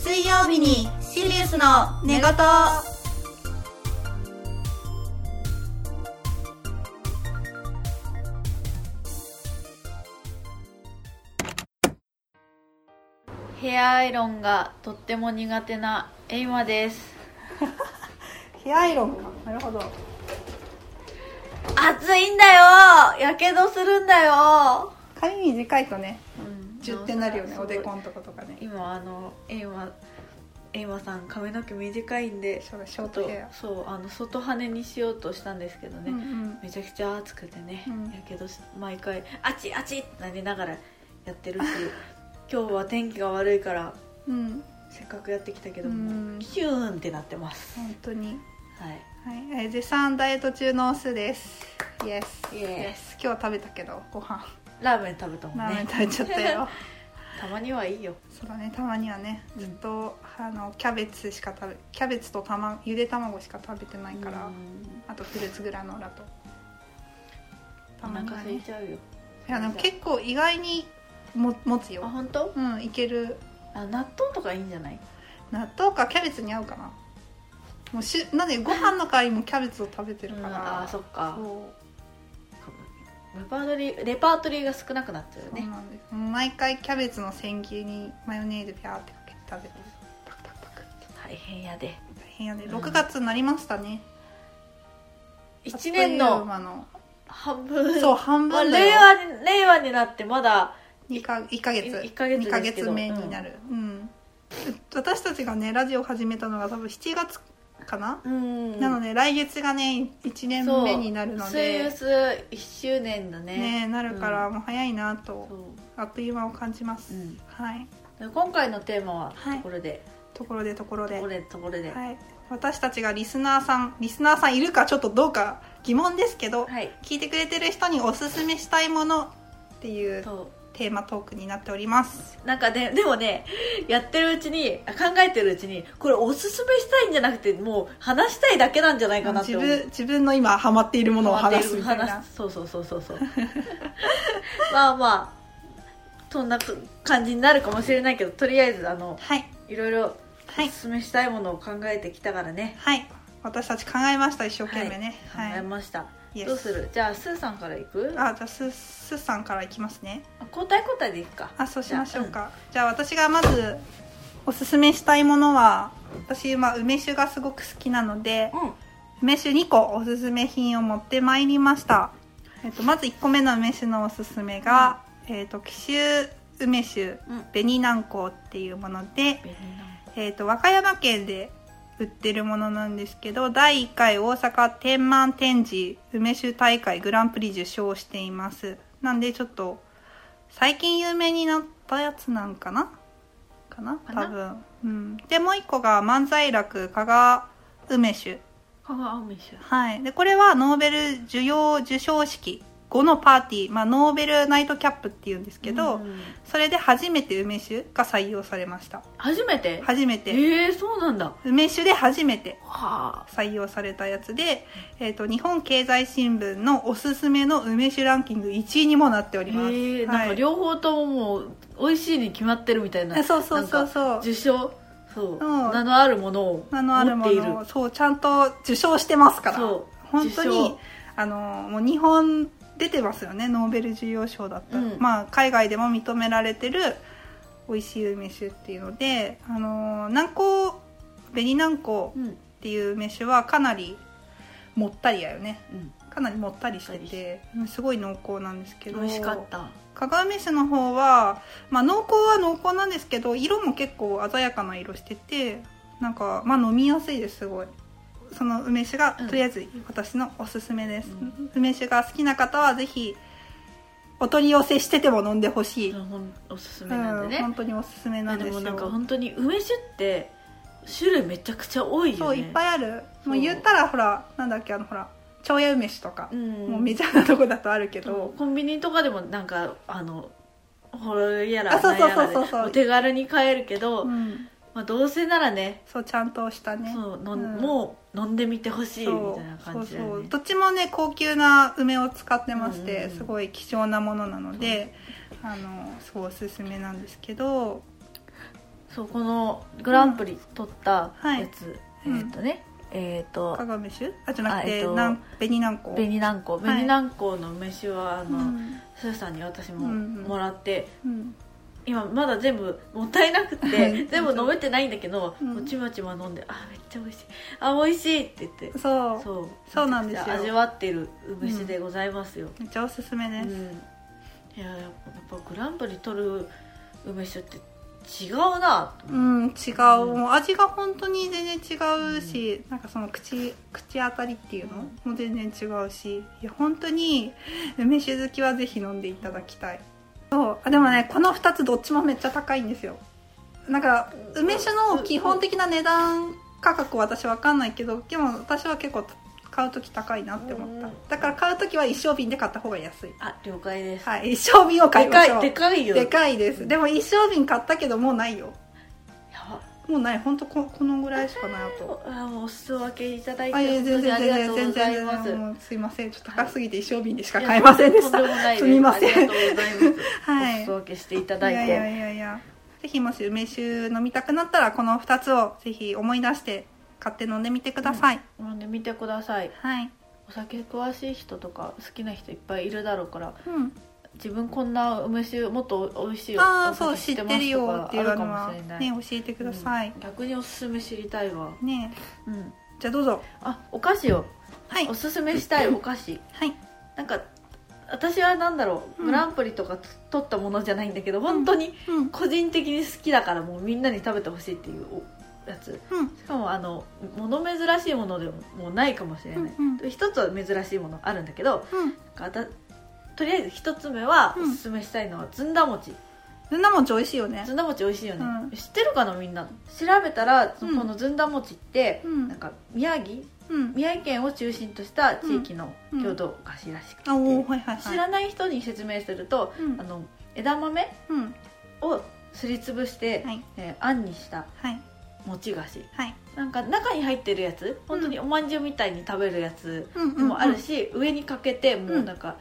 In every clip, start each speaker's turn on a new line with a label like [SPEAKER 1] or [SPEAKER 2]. [SPEAKER 1] 水曜日にシリウスの寝言
[SPEAKER 2] ヘアアイロンがとっても苦手なエイマです
[SPEAKER 1] ヘアアイロンかなるほど
[SPEAKER 2] 暑いんだよやけどするんだよ、
[SPEAKER 1] 髪短いとね
[SPEAKER 2] うん
[SPEAKER 1] ジュッてなるよね
[SPEAKER 2] すご
[SPEAKER 1] お
[SPEAKER 2] い
[SPEAKER 1] でこんとことかね
[SPEAKER 2] 今あのエイマエイマさん髪の毛短いんで
[SPEAKER 1] そうだショートヘア
[SPEAKER 2] ちょっとそうあの外羽にしようとしたんですけどね、
[SPEAKER 1] うんうん
[SPEAKER 2] めちゃくちゃ暑くてね、
[SPEAKER 1] うん
[SPEAKER 2] やけどし毎回あちあちってなりながらやってるし 今日は天気が悪いから
[SPEAKER 1] うん
[SPEAKER 2] せっかくやってきたけど
[SPEAKER 1] うん
[SPEAKER 2] もキューンってなってます、
[SPEAKER 1] 本当に
[SPEAKER 2] はい
[SPEAKER 1] はい、えー絶賛ダイエット中のスーですイエス
[SPEAKER 2] イエス
[SPEAKER 1] 今日は食べたけどご飯
[SPEAKER 2] ラーメン食べたもん
[SPEAKER 1] ラーメ
[SPEAKER 2] ね
[SPEAKER 1] ン食べちゃったよ
[SPEAKER 2] たまにはいいよ
[SPEAKER 1] そうだねたまにはね
[SPEAKER 2] うん
[SPEAKER 1] ずっと、あのキャベツしか食べキャベツとたまゆで卵しか食べてないから、
[SPEAKER 2] うん
[SPEAKER 1] あとフルーツグラノーラとた
[SPEAKER 2] お
[SPEAKER 1] まに
[SPEAKER 2] 腹
[SPEAKER 1] は
[SPEAKER 2] 空い
[SPEAKER 1] ね
[SPEAKER 2] ちゃうよ
[SPEAKER 1] いやでも結構意外にも持つ
[SPEAKER 2] あ
[SPEAKER 1] よ
[SPEAKER 2] 本当？
[SPEAKER 1] うんいける
[SPEAKER 2] あ納豆とかいいんじゃない
[SPEAKER 1] 納豆かキャベツに合うかなもうしなんでご飯の代わりにもキャベツを食べてるか
[SPEAKER 2] うん
[SPEAKER 1] ら、
[SPEAKER 2] あーそっか
[SPEAKER 1] そう
[SPEAKER 2] レパートリーレパートリーが少なくなっちゃうよ
[SPEAKER 1] そう
[SPEAKER 2] ね
[SPEAKER 1] なんです毎回キャベツの千切りにマヨネーズピャーってかけて食べてパクパクパクって
[SPEAKER 2] 大変やで
[SPEAKER 1] 大変やね
[SPEAKER 2] うん
[SPEAKER 1] 6月になりましたね、
[SPEAKER 2] 1年の
[SPEAKER 1] あっという間の
[SPEAKER 2] 半分
[SPEAKER 1] そう半
[SPEAKER 2] まあ
[SPEAKER 1] 分だ
[SPEAKER 2] 令
[SPEAKER 1] よ
[SPEAKER 2] 和に令和になってまだ
[SPEAKER 1] 2か1ヶ月
[SPEAKER 2] い一ヶ月ですけど
[SPEAKER 1] 二目になるうん、私たちがねラジオ始めたのが多分7月かな、
[SPEAKER 2] うん
[SPEAKER 1] なので来月がね1年目になるので
[SPEAKER 2] スース1周年だね
[SPEAKER 1] ねなるから
[SPEAKER 2] うん
[SPEAKER 1] もう早いなと、
[SPEAKER 2] そう
[SPEAKER 1] あっという間を感じます、
[SPEAKER 2] うん
[SPEAKER 1] はい
[SPEAKER 2] で今回のテーマは
[SPEAKER 1] はい
[SPEAKER 2] ところで、
[SPEAKER 1] ところでところで
[SPEAKER 2] ところでところではい、
[SPEAKER 1] はい、私たちがリスナーさんリスナーさんいるかちょっとどうか疑問ですけど、聞いてくれてる人におすすめしたいものっていう
[SPEAKER 2] そう
[SPEAKER 1] テーマトークになっております
[SPEAKER 2] なんかね、でもね、やってるうちに、あ考えてるうちに、これおすすめしたいんじゃなくて、もう話したいだけなんじゃないかなって
[SPEAKER 1] 自
[SPEAKER 2] 思う。
[SPEAKER 1] 分自分の今ハマっているものを話すみたいな
[SPEAKER 2] 話すそうそうそうそう そう。まあまあ、そんな感じになるかもしれないけど、とりあえず、あの、
[SPEAKER 1] はい
[SPEAKER 2] いろいろ
[SPEAKER 1] は
[SPEAKER 2] お
[SPEAKER 1] い
[SPEAKER 2] すすめしたいものを考えてきたからね。
[SPEAKER 1] はい私たち考えました一生懸命ね
[SPEAKER 2] 考
[SPEAKER 1] はい、
[SPEAKER 2] えました。
[SPEAKER 1] Yes
[SPEAKER 2] どうするじゃあ、スーさんからいく
[SPEAKER 1] あじゃあススーさんからいきますね
[SPEAKER 2] あ交代交代でいくか。
[SPEAKER 1] あそうしましょうかじゃあ,、私がまずおすすめしたいものは私、まあ、梅酒がすごく好きなので、
[SPEAKER 2] うん。
[SPEAKER 1] 梅酒2個おすすめ品を持ってまいりました、えっと、まず1個目の梅酒のおすすめが、えっと、紀州梅酒
[SPEAKER 2] うん。
[SPEAKER 1] 紅南光っていうもので、えっと、和歌山県で売ってるものなんですけど第1回大阪天満天神梅酒大会グランプリ受賞していますなんでちょっと最近有名になったやつなんかなかな
[SPEAKER 2] かな
[SPEAKER 1] 多分、うん、でもう1個が漫才楽加賀梅酒
[SPEAKER 2] ああ、めし
[SPEAKER 1] はい、でこれはノーベル受賞授賞式後のパーティー、まあ、ノーベルナイトキャップっていうんですけど、それで初めて梅酒が採用されました
[SPEAKER 2] 初めて
[SPEAKER 1] 初めて
[SPEAKER 2] ええそうなんだ。は
[SPEAKER 1] 梅酒で初めて
[SPEAKER 2] あ。
[SPEAKER 1] 採用されたやつで、えー、と日本経済新聞のおすすめの梅酒ランキング1位にもなっております、
[SPEAKER 2] ええ
[SPEAKER 1] はい
[SPEAKER 2] なんか両方とももう美味しいに決まってるみたいな
[SPEAKER 1] そうそうそう
[SPEAKER 2] な
[SPEAKER 1] そ
[SPEAKER 2] んか
[SPEAKER 1] う
[SPEAKER 2] 受賞そう、
[SPEAKER 1] うん
[SPEAKER 2] 名のあるものを
[SPEAKER 1] 名のあるも
[SPEAKER 2] 持ってい
[SPEAKER 1] のを
[SPEAKER 2] る
[SPEAKER 1] そうちゃんと受賞してますから
[SPEAKER 2] そう
[SPEAKER 1] 本当
[SPEAKER 2] 受
[SPEAKER 1] に
[SPEAKER 2] 賞
[SPEAKER 1] あのもう日本出てますよねノーベル受賞賞だったら、
[SPEAKER 2] うん
[SPEAKER 1] まあ、海外でも認められてる美味しい梅酒っていうのであの南高紅南高
[SPEAKER 2] うん
[SPEAKER 1] っていう梅酒はかなりもったりだよね
[SPEAKER 2] うん
[SPEAKER 1] かなりもったりしててうんすごい濃厚なんですけ
[SPEAKER 2] 美
[SPEAKER 1] ど
[SPEAKER 2] 味しかった
[SPEAKER 1] 加賀梅酒の方は、まあ、濃厚は濃厚なんですけど色も結構鮮やかな色しててなんか、まあ、飲みやすいですすごいその梅酒が、
[SPEAKER 2] うん
[SPEAKER 1] とりあえず私のおすすめです、
[SPEAKER 2] う
[SPEAKER 1] 梅酒が好きな方はぜひお取り寄せしてても飲んでほしい、
[SPEAKER 2] うんほんおすす
[SPEAKER 1] う
[SPEAKER 2] め
[SPEAKER 1] ん
[SPEAKER 2] なんでね、
[SPEAKER 1] 本当におすすめなん
[SPEAKER 2] で
[SPEAKER 1] です
[SPEAKER 2] も
[SPEAKER 1] よ
[SPEAKER 2] なんか本当に梅酒って種類めちゃくちゃ多いよね
[SPEAKER 1] そういっ
[SPEAKER 2] い、
[SPEAKER 1] ぱいあるも
[SPEAKER 2] そうう
[SPEAKER 1] 言ったらほらなんだっけあのほら長屋梅酒とか
[SPEAKER 2] う、ん、
[SPEAKER 1] もうメジャーなとこだとあるけど、
[SPEAKER 2] コンビニとかでもなんかあのほろやら
[SPEAKER 1] あそうそう
[SPEAKER 2] なんやらで
[SPEAKER 1] そうそうそう
[SPEAKER 2] お手軽に買えるけど、
[SPEAKER 1] うん
[SPEAKER 2] まあ、どうせならね
[SPEAKER 1] そうちゃんとしたね
[SPEAKER 2] そうのん
[SPEAKER 1] うん
[SPEAKER 2] もう飲んでみてほしいみ
[SPEAKER 1] そう
[SPEAKER 2] たいな感じだよね
[SPEAKER 1] そうそうどっちもね高級な梅を使ってまして、
[SPEAKER 2] うんうんうん
[SPEAKER 1] すごい貴重なものなのであのすごいおすすめなんですけど
[SPEAKER 2] そうこのグランプリ取った
[SPEAKER 1] はい
[SPEAKER 2] やつ、
[SPEAKER 1] うん
[SPEAKER 2] えっ、とねえっ、と
[SPEAKER 1] 加賀めしゅあじゃなく
[SPEAKER 2] あえ
[SPEAKER 1] て
[SPEAKER 2] っと
[SPEAKER 1] なん紅南高
[SPEAKER 2] 紅南高紅南高の飯はあ
[SPEAKER 1] う
[SPEAKER 2] の、
[SPEAKER 1] ん
[SPEAKER 2] スーさんに私
[SPEAKER 1] う
[SPEAKER 2] も
[SPEAKER 1] んうん
[SPEAKER 2] もらって、
[SPEAKER 1] うん
[SPEAKER 2] 今まだ全部もったいなくて全部飲めてないんだけど、
[SPEAKER 1] う
[SPEAKER 2] も
[SPEAKER 1] ん
[SPEAKER 2] うちまちま飲んであめっちゃ美味しいあ美味しいって言って
[SPEAKER 1] そう
[SPEAKER 2] そう
[SPEAKER 1] そうなんですよ
[SPEAKER 2] めちゃくちゃ味わってる梅酒でございますよ、
[SPEAKER 1] めっちゃおすすめ
[SPEAKER 2] うん
[SPEAKER 1] です、
[SPEAKER 2] いややっぱグランプリ取る梅酒って違うな
[SPEAKER 1] うん、違う、もう味が本当に全然違うし、なんかその口口当たりっていうのも全然違うしいや本当に梅酒好きはぜひ飲んでいただきたいそうあでもねこの2つどっちもめっちゃ高いんですよなんか梅酒の基本的な値段価格私わかんないけどでも私は結構買う時高いなって思っただから買う時は一升瓶で買った方が安い
[SPEAKER 2] あ了解です、
[SPEAKER 1] はい一升瓶を買い
[SPEAKER 2] で
[SPEAKER 1] ましょ
[SPEAKER 2] かい
[SPEAKER 1] う
[SPEAKER 2] でかいよ
[SPEAKER 1] でかいですでも一升瓶買ったけどもうないよ
[SPEAKER 2] やば
[SPEAKER 1] もうない本当ここのぐらいしかないあと。
[SPEAKER 2] あもうお裾分けいただいて
[SPEAKER 1] あいや
[SPEAKER 2] 本当
[SPEAKER 1] 全
[SPEAKER 2] に
[SPEAKER 1] 然
[SPEAKER 2] ありが
[SPEAKER 1] 全然
[SPEAKER 2] とうご
[SPEAKER 1] 全
[SPEAKER 2] ざい
[SPEAKER 1] 然
[SPEAKER 2] ます
[SPEAKER 1] もうすいませんちょっと高すぎて一升瓶でしか
[SPEAKER 2] いや
[SPEAKER 1] 買えませんでした。
[SPEAKER 2] とんでもないです
[SPEAKER 1] すみません
[SPEAKER 2] ありがとうございますお
[SPEAKER 1] はい。
[SPEAKER 2] 裾分けしていただいて
[SPEAKER 1] いやいやいやいや。ぜひもし梅酒飲みたくなったらこの二つをぜひ思い出して買って飲んでみてください。
[SPEAKER 2] 飲んでみてください
[SPEAKER 1] はい。
[SPEAKER 2] お酒詳しい人とか好きな人いっぱいいるだろうから
[SPEAKER 1] うん。
[SPEAKER 2] 自分こんな梅酒もっと美味しいよ
[SPEAKER 1] ああそう知ってる
[SPEAKER 2] と
[SPEAKER 1] よ
[SPEAKER 2] か
[SPEAKER 1] ってい
[SPEAKER 2] あ
[SPEAKER 1] う
[SPEAKER 2] る
[SPEAKER 1] の
[SPEAKER 2] か
[SPEAKER 1] は
[SPEAKER 2] もしれない
[SPEAKER 1] ね教えてください
[SPEAKER 2] うん。逆におすすめ知りたいわ
[SPEAKER 1] ね
[SPEAKER 2] うん
[SPEAKER 1] じゃあどうぞ。
[SPEAKER 2] あお菓子を
[SPEAKER 1] はい
[SPEAKER 2] おすすめしたいお菓子
[SPEAKER 1] はい。
[SPEAKER 2] なんか私はなんだろ
[SPEAKER 1] う
[SPEAKER 2] うんグランプリとかと取ったものじゃないんだけど本当に
[SPEAKER 1] うん
[SPEAKER 2] 個人的に好きだからもうみんなに食べてほしいっていうおやつ
[SPEAKER 1] うん
[SPEAKER 2] しかもあの物珍しいものでももうないかもしれない、
[SPEAKER 1] うんう
[SPEAKER 2] 一つは珍しいものあるんだけど
[SPEAKER 1] うん。
[SPEAKER 2] あたとりあえず一つ目は
[SPEAKER 1] うん
[SPEAKER 2] おすすめしたいのはずんだ餅、
[SPEAKER 1] ずんだ餅美味しいよね。
[SPEAKER 2] ずんだ餅美味しいよね、
[SPEAKER 1] うん
[SPEAKER 2] 知ってるかなみんな調べたら、
[SPEAKER 1] うん
[SPEAKER 2] このずんだ餅って、
[SPEAKER 1] うん
[SPEAKER 2] なんか宮城
[SPEAKER 1] うん。
[SPEAKER 2] 宮城県を中心とした地域の
[SPEAKER 1] うん
[SPEAKER 2] 郷土菓子らしくて、
[SPEAKER 1] あおーはいはいはい。
[SPEAKER 2] 知らない人に説明すると、
[SPEAKER 1] うん
[SPEAKER 2] あの枝豆
[SPEAKER 1] うん。
[SPEAKER 2] をすりつぶして、
[SPEAKER 1] はい
[SPEAKER 2] えーあんにした
[SPEAKER 1] はい
[SPEAKER 2] 餅菓子
[SPEAKER 1] はい。
[SPEAKER 2] なんか中に入ってるやつ本当におまんじゅうみたいに食べるやつ
[SPEAKER 1] うんうんうん
[SPEAKER 2] でもあるし、上にかけても
[SPEAKER 1] う
[SPEAKER 2] うんなんか、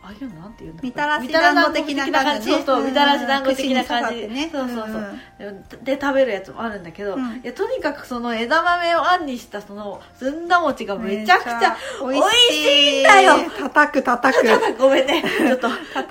[SPEAKER 2] ああいうのなんていうんだろう
[SPEAKER 1] みたらし団子的な感じね
[SPEAKER 2] みたらし団子的な感じそうそうみたらし団子的な感
[SPEAKER 1] う
[SPEAKER 2] じ、
[SPEAKER 1] ん串に
[SPEAKER 2] そ
[SPEAKER 1] 刺
[SPEAKER 2] うそ
[SPEAKER 1] さ
[SPEAKER 2] う
[SPEAKER 1] ってね
[SPEAKER 2] そう、で食べるやつもあるんだけど、
[SPEAKER 1] うん
[SPEAKER 2] いやとにかくその枝豆をあんにしたそのずんだ餅がめちゃくちゃ
[SPEAKER 1] 美味しい
[SPEAKER 2] 美味しいんだよ
[SPEAKER 1] 叩く叩く
[SPEAKER 2] ただごめん ねちょっと
[SPEAKER 1] 叩く
[SPEAKER 2] あー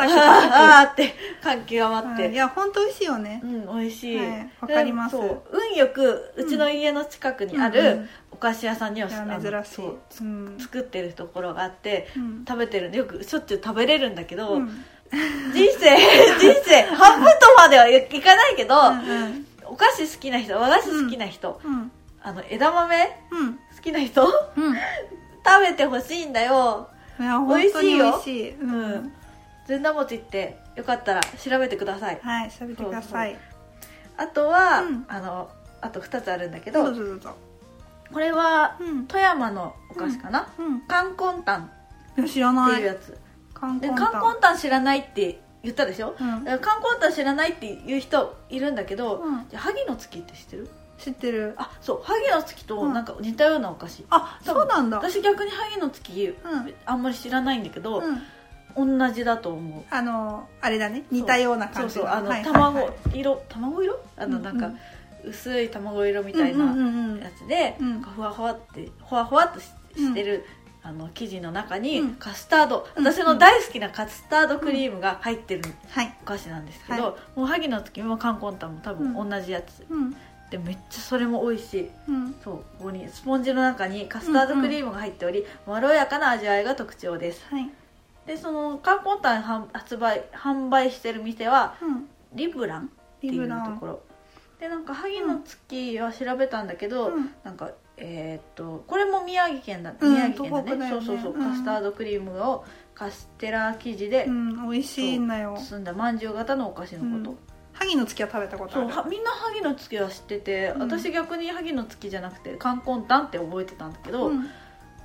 [SPEAKER 2] あーって感極まって、
[SPEAKER 1] うんいや本当美味しいよね
[SPEAKER 2] うん、美味しい。
[SPEAKER 1] はいわかります
[SPEAKER 2] そう運よく、うちの家の近くにあ
[SPEAKER 1] うんう
[SPEAKER 2] る
[SPEAKER 1] ん
[SPEAKER 2] お菓子屋さんにはい
[SPEAKER 1] や
[SPEAKER 2] あの
[SPEAKER 1] 珍しい
[SPEAKER 2] そうつ
[SPEAKER 1] うん
[SPEAKER 2] 作ってるところがあって、
[SPEAKER 1] うん
[SPEAKER 2] 食べてるんで、よくしょっちゅう食べれるんだけど、
[SPEAKER 1] うん
[SPEAKER 2] 人生、 人生、半分とまではいかないけど、
[SPEAKER 1] うん
[SPEAKER 2] お菓子好きな人、和菓子好きな人、
[SPEAKER 1] うん
[SPEAKER 2] あの、枝豆
[SPEAKER 1] うん
[SPEAKER 2] 好きな人、 食
[SPEAKER 1] うん
[SPEAKER 2] べてほしいんだよ。
[SPEAKER 1] いや本当に美味しいう
[SPEAKER 2] うんん。ずんだ餅って、よかったら調べてください。
[SPEAKER 1] はい喋ってください
[SPEAKER 2] あとは、
[SPEAKER 1] うん
[SPEAKER 2] あの、あと2つあるんだけ
[SPEAKER 1] ど
[SPEAKER 2] ど、
[SPEAKER 1] うぞどうぞ
[SPEAKER 2] これは、
[SPEAKER 1] うん
[SPEAKER 2] 富山のお菓子かな、冠婚タンっ
[SPEAKER 1] うん知らな
[SPEAKER 2] ていうや
[SPEAKER 1] い
[SPEAKER 2] つ、
[SPEAKER 1] 観
[SPEAKER 2] で
[SPEAKER 1] 光
[SPEAKER 2] 冠婚タン知らないって言ったでしょ、
[SPEAKER 1] うん
[SPEAKER 2] だから冠婚タン知らないっていう人いるんだけど、
[SPEAKER 1] うん
[SPEAKER 2] じゃあ萩の月って知ってる
[SPEAKER 1] 知ってる
[SPEAKER 2] あそう萩の月となんか似たようなお菓子、
[SPEAKER 1] あそうなんだ
[SPEAKER 2] 私逆に萩の月
[SPEAKER 1] うん
[SPEAKER 2] あんまり知らないんだけど、
[SPEAKER 1] うん
[SPEAKER 2] 同じだと思う
[SPEAKER 1] あのあれだね似たような
[SPEAKER 2] そ
[SPEAKER 1] 感
[SPEAKER 2] う
[SPEAKER 1] じ
[SPEAKER 2] そうあの、
[SPEAKER 1] はいはいはい
[SPEAKER 2] 卵色卵色あの
[SPEAKER 1] うんう
[SPEAKER 2] なんんか薄い卵色みたい
[SPEAKER 1] うんう
[SPEAKER 2] なん
[SPEAKER 1] うんうん
[SPEAKER 2] やつで、
[SPEAKER 1] うん
[SPEAKER 2] なんかふわふわってふわふわっとししてる、あの生地の中に
[SPEAKER 1] うん
[SPEAKER 2] カスタード、
[SPEAKER 1] うん
[SPEAKER 2] 私の大好きなカスタードクリームが入ってる
[SPEAKER 1] はい
[SPEAKER 2] お菓子なんですけど、
[SPEAKER 1] は
[SPEAKER 2] もう萩の月もカンコンタンも多分同じやつ、
[SPEAKER 1] うん
[SPEAKER 2] でめっちゃそれも美味しい
[SPEAKER 1] うん
[SPEAKER 2] そうここにスポンジの中にカスタードクリームが入っており、まろやかな味わいが特徴です
[SPEAKER 1] はい
[SPEAKER 2] でそのカンコンタン販発売販売してる店は
[SPEAKER 1] うん
[SPEAKER 2] リブランって
[SPEAKER 1] リ
[SPEAKER 2] い
[SPEAKER 1] ブ
[SPEAKER 2] う
[SPEAKER 1] ラ
[SPEAKER 2] と
[SPEAKER 1] ン
[SPEAKER 2] ころでなんか萩の月は調べたんだけど、
[SPEAKER 1] うん
[SPEAKER 2] なんかえーっとこれも宮城県だ、
[SPEAKER 1] うん
[SPEAKER 2] 宮城県だね
[SPEAKER 1] 東北だよ
[SPEAKER 2] そ
[SPEAKER 1] ね
[SPEAKER 2] うそうそう、
[SPEAKER 1] うん
[SPEAKER 2] カスタードクリームをカステラ生地で
[SPEAKER 1] うん美味しいんだよ
[SPEAKER 2] 包んだまんじゅう型のお菓子のこと、
[SPEAKER 1] 萩の月は食べたことあ
[SPEAKER 2] そう
[SPEAKER 1] る
[SPEAKER 2] はみんな萩の月は知ってて、
[SPEAKER 1] うん
[SPEAKER 2] 私逆に萩の月じゃなくて冠婚ンって覚えてたんだけど、
[SPEAKER 1] うん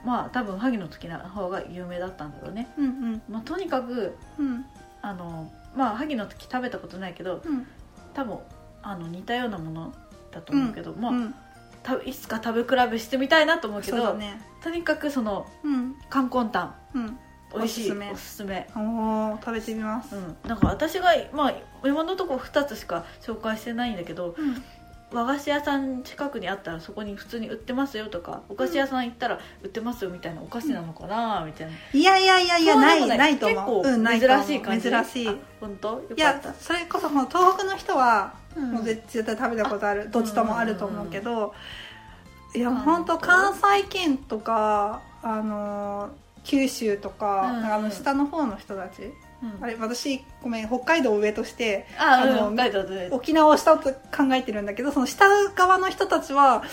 [SPEAKER 2] まあ多分萩の月の方が有名だったんだろうね、
[SPEAKER 1] うん
[SPEAKER 2] まあ、とにかく
[SPEAKER 1] うん
[SPEAKER 2] あのまあ萩の月食べたことないけど
[SPEAKER 1] うん
[SPEAKER 2] 多分あの似たようなものだと思うけど、まあ、
[SPEAKER 1] うん
[SPEAKER 2] たいつか食べ比べしてみたいなと思うけ
[SPEAKER 1] そう
[SPEAKER 2] ど
[SPEAKER 1] だね
[SPEAKER 2] とにかくその
[SPEAKER 1] うん
[SPEAKER 2] 冠婚ン
[SPEAKER 1] うん
[SPEAKER 2] 美味しい
[SPEAKER 1] おすすめ
[SPEAKER 2] おすすめ
[SPEAKER 1] おー食べてみます、
[SPEAKER 2] うん、なんか私が、まあ、今のところ2つしか紹介してないんだけど和菓子屋さん近くにあったらそこに普通に売ってますよとかお菓子屋さん行ったら売ってますよみたいなお菓子なのかなみたいな、
[SPEAKER 1] いやいやいやいや
[SPEAKER 2] そう
[SPEAKER 1] な
[SPEAKER 2] でも
[SPEAKER 1] いないと思う、
[SPEAKER 2] 結
[SPEAKER 1] うん、ないと
[SPEAKER 2] 構
[SPEAKER 1] 思う
[SPEAKER 2] 珍しい感じ、
[SPEAKER 1] 珍しい
[SPEAKER 2] あ本当よ
[SPEAKER 1] い
[SPEAKER 2] か
[SPEAKER 1] や
[SPEAKER 2] った
[SPEAKER 1] それこそもう東北の人は
[SPEAKER 2] うん
[SPEAKER 1] もう絶絶対食べたことある、どっちともあると思うけど、いや
[SPEAKER 2] 関東
[SPEAKER 1] 本当関西圏とかあのー九州とか,、
[SPEAKER 2] うん
[SPEAKER 1] あの下の方の人たち、
[SPEAKER 2] うん
[SPEAKER 1] あれ私ごめん北海道を上として
[SPEAKER 2] あ
[SPEAKER 1] あの
[SPEAKER 2] うん、北海道で
[SPEAKER 1] 沖縄を下と考えてるんだけどその下側の人たちは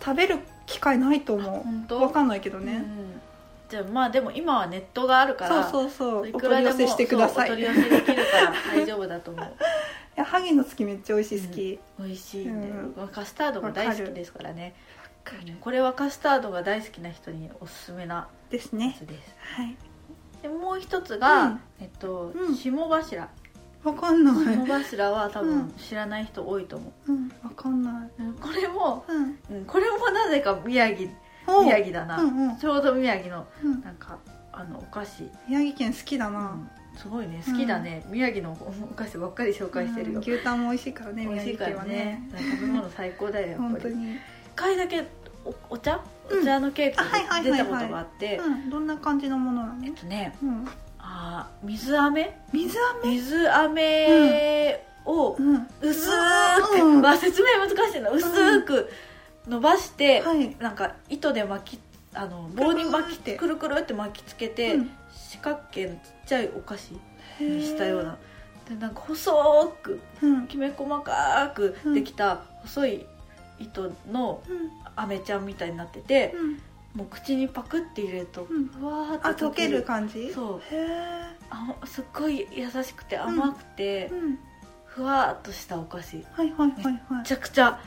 [SPEAKER 1] 食べる機会ないと思
[SPEAKER 2] 本
[SPEAKER 1] う
[SPEAKER 2] 当
[SPEAKER 1] わかんないけど
[SPEAKER 2] う
[SPEAKER 1] ね、
[SPEAKER 2] んじゃあまあでも今はネットがあるから
[SPEAKER 1] そうそうそう
[SPEAKER 2] い
[SPEAKER 1] お
[SPEAKER 2] く
[SPEAKER 1] 取
[SPEAKER 2] ら
[SPEAKER 1] り
[SPEAKER 2] で
[SPEAKER 1] 寄
[SPEAKER 2] も
[SPEAKER 1] せしてください
[SPEAKER 2] そうお取
[SPEAKER 1] い
[SPEAKER 2] り寄せできるから大丈夫だと思 う
[SPEAKER 1] やハギの月めっちゃ美味しい好き、
[SPEAKER 2] 美味しいんで、
[SPEAKER 1] う
[SPEAKER 2] カスタードが大好きですからねこれはカスタードが大好きな人におすすめな
[SPEAKER 1] です
[SPEAKER 2] や
[SPEAKER 1] ね
[SPEAKER 2] つです
[SPEAKER 1] はい
[SPEAKER 2] でもう一つが、
[SPEAKER 1] うん
[SPEAKER 2] えっと、
[SPEAKER 1] うん
[SPEAKER 2] 霜柱
[SPEAKER 1] わかんない、
[SPEAKER 2] 霜柱は多
[SPEAKER 1] うん
[SPEAKER 2] 分知らない人多いと思
[SPEAKER 1] うん、わかんな
[SPEAKER 2] う、うんこれも、
[SPEAKER 1] い。うん。
[SPEAKER 2] うんこれもなぜか宮城宮城だな、
[SPEAKER 1] うんうん
[SPEAKER 2] ちょうど宮城の
[SPEAKER 1] うん
[SPEAKER 2] なんかあのお菓子、
[SPEAKER 1] 宮城県好きだ
[SPEAKER 2] う
[SPEAKER 1] な。
[SPEAKER 2] んすごいね好きだね、宮城のおお菓子ばっかり紹介してるよ、
[SPEAKER 1] うん牛タンも美味しいからね、
[SPEAKER 2] 美
[SPEAKER 1] 宮
[SPEAKER 2] 味しい
[SPEAKER 1] 城
[SPEAKER 2] か
[SPEAKER 1] 県は
[SPEAKER 2] らね
[SPEAKER 1] ね。
[SPEAKER 2] 食べ物最高だよやっぱり
[SPEAKER 1] 本当に。
[SPEAKER 2] 一回だけおお茶
[SPEAKER 1] うん
[SPEAKER 2] お茶のケーキ
[SPEAKER 1] あはいはいはい
[SPEAKER 2] で
[SPEAKER 1] はい
[SPEAKER 2] 出たことがあって、
[SPEAKER 1] うん、どんな感じのものなの
[SPEAKER 2] えっ。とね
[SPEAKER 1] うん。
[SPEAKER 2] あー水飴
[SPEAKER 1] 水飴。
[SPEAKER 2] 水飴を
[SPEAKER 1] うん。
[SPEAKER 2] 薄
[SPEAKER 1] う
[SPEAKER 2] く、
[SPEAKER 1] ん
[SPEAKER 2] まあ、説明難しいな薄く伸ばして、
[SPEAKER 1] はい。
[SPEAKER 2] なんか糸で巻きあの棒に巻き
[SPEAKER 1] く
[SPEAKER 2] くるくるって巻きつけて、
[SPEAKER 1] うん
[SPEAKER 2] 四角形のちっちゃいお菓子にしたようなでなんか細く
[SPEAKER 1] うん。うん。
[SPEAKER 2] きめ細かくできた細い糸の飴ちゃんみたいになってて、
[SPEAKER 1] うん。
[SPEAKER 2] もう口にパクって入れると、
[SPEAKER 1] うん
[SPEAKER 2] ふわーっ
[SPEAKER 1] あ、
[SPEAKER 2] と
[SPEAKER 1] 溶ける感じ。う。
[SPEAKER 2] そう
[SPEAKER 1] へえ。
[SPEAKER 2] あすっごい優しくて甘くて、
[SPEAKER 1] うん。
[SPEAKER 2] ふわーっとしたお菓子め
[SPEAKER 1] はいはいはいは
[SPEAKER 2] ちゃくちゃ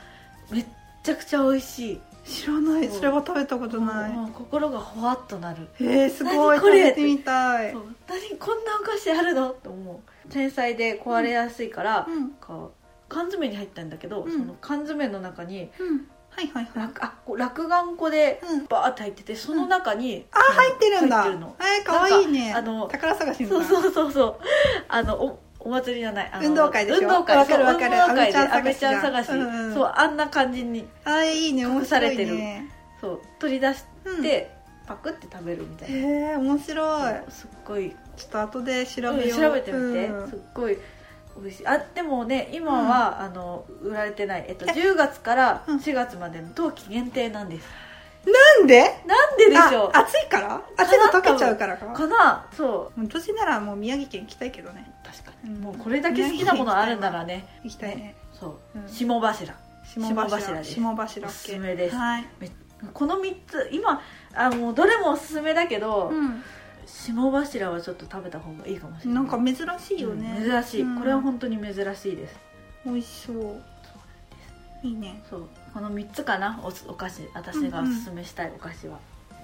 [SPEAKER 2] めっちゃくちゃ美味しい
[SPEAKER 1] い。知らない。
[SPEAKER 2] そう
[SPEAKER 1] それは食べたことない。
[SPEAKER 2] もう心がほわっとなる
[SPEAKER 1] へえ、すごい。
[SPEAKER 2] 何こ
[SPEAKER 1] 食
[SPEAKER 2] れ
[SPEAKER 1] べてみたい。
[SPEAKER 2] そうう何こんなお菓子あるのって思う繊細で壊れやすいから、
[SPEAKER 1] ん。
[SPEAKER 2] こう缶詰に入ったんだけど、
[SPEAKER 1] うん
[SPEAKER 2] その缶詰の中に
[SPEAKER 1] うん。はいはいはい。
[SPEAKER 2] 落あこう落眼粉で
[SPEAKER 1] うん。
[SPEAKER 2] バーって入っててその中に、
[SPEAKER 1] あ、入ってるんだ。
[SPEAKER 2] 入ってるの
[SPEAKER 1] えー、可愛いね。
[SPEAKER 2] なんかあの
[SPEAKER 1] 宝探しみたい
[SPEAKER 2] そ
[SPEAKER 1] な
[SPEAKER 2] うそうそうそう。あの、お、お祭りじゃない。あの
[SPEAKER 1] 運動会でし
[SPEAKER 2] 運
[SPEAKER 1] ょ
[SPEAKER 2] 動会。
[SPEAKER 1] わかる
[SPEAKER 2] そう
[SPEAKER 1] わかる
[SPEAKER 2] 運動会で、
[SPEAKER 1] ア
[SPEAKER 2] ア
[SPEAKER 1] メ
[SPEAKER 2] メ
[SPEAKER 1] ち
[SPEAKER 2] ち
[SPEAKER 1] ゃ
[SPEAKER 2] ゃ
[SPEAKER 1] ん
[SPEAKER 2] ん
[SPEAKER 1] 探
[SPEAKER 2] 探
[SPEAKER 1] し
[SPEAKER 2] し。
[SPEAKER 1] だうんうん
[SPEAKER 2] そう、あんな感じに、
[SPEAKER 1] あーいいね面
[SPEAKER 2] 隠さ
[SPEAKER 1] 白
[SPEAKER 2] れ
[SPEAKER 1] い
[SPEAKER 2] てる
[SPEAKER 1] ね
[SPEAKER 2] そう、取り出し
[SPEAKER 1] うんへ
[SPEAKER 2] て、パクって食べるみたいな。
[SPEAKER 1] え面白い
[SPEAKER 2] そうすっごい、
[SPEAKER 1] ちょっと後で調
[SPEAKER 2] うん
[SPEAKER 1] べよう
[SPEAKER 2] 調べてみて、
[SPEAKER 1] うん
[SPEAKER 2] すっごい。美味しいあでもね今は、あの売られてない、えっと、10月から
[SPEAKER 1] うん
[SPEAKER 2] 4月までの冬季限定なんです、
[SPEAKER 1] なんで
[SPEAKER 2] なんででしょう
[SPEAKER 1] あ暑いから暑いの溶けちゃうからか
[SPEAKER 2] かなそう
[SPEAKER 1] もう年ならもう宮城県行きたいけどね
[SPEAKER 2] 確か
[SPEAKER 1] う
[SPEAKER 2] に
[SPEAKER 1] ん
[SPEAKER 2] もうこれだけ好きなものあるならね
[SPEAKER 1] 行きたいね
[SPEAKER 2] そう、
[SPEAKER 1] うん
[SPEAKER 2] 霜柱
[SPEAKER 1] 下柱
[SPEAKER 2] 下柱です
[SPEAKER 1] 下柱
[SPEAKER 2] お
[SPEAKER 1] っ
[SPEAKER 2] す
[SPEAKER 1] け
[SPEAKER 2] すめです
[SPEAKER 1] はい
[SPEAKER 2] この3つ今あもうどれもおすすめだけど、
[SPEAKER 1] うん
[SPEAKER 2] 霜柱はちょっと食べた方がいいかもしれな
[SPEAKER 1] ないんか珍しいよね
[SPEAKER 2] うん珍しい、
[SPEAKER 1] うん
[SPEAKER 2] これは本当に珍しいです
[SPEAKER 1] 美味しそういいね
[SPEAKER 2] そうこの3つかなおすお菓子私がおすすめしたいお菓子は、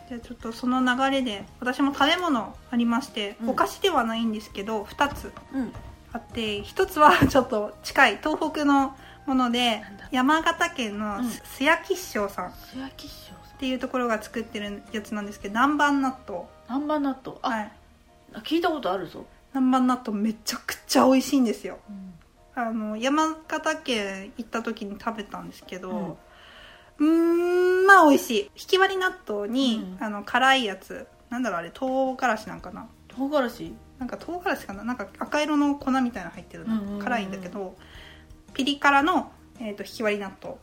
[SPEAKER 1] じゃあちょっとその流れで私も食べ物ありまして
[SPEAKER 2] うん
[SPEAKER 1] お菓子ではないんですけど2つ
[SPEAKER 2] うん
[SPEAKER 1] あって一つは ちょっと近い東北のもので
[SPEAKER 2] なんだ
[SPEAKER 1] 山形県の
[SPEAKER 2] うん
[SPEAKER 1] す須谷吉祥さんっ
[SPEAKER 2] 素焼き塩さ
[SPEAKER 1] ていうところが作ってるやつなんですけど南蛮納豆
[SPEAKER 2] ん南蛮納豆あ、
[SPEAKER 1] はい
[SPEAKER 2] 聞いたことあるぞ、
[SPEAKER 1] 南蛮納豆めちゃくちゃ美味しいんですよ
[SPEAKER 2] うん
[SPEAKER 1] あの山形県行った時に食べたんですけどうーんまあ美味しいひき割り納豆に、
[SPEAKER 2] うん
[SPEAKER 1] あの辛いやつなんだろうあれ唐辛子なんかな
[SPEAKER 2] 唐辛子
[SPEAKER 1] なんか唐辛子かななんか赤色の粉みたいなの入ってるの、
[SPEAKER 2] うんうんうん
[SPEAKER 1] 辛いんだけどピリ辛の、えー、とひき割り納豆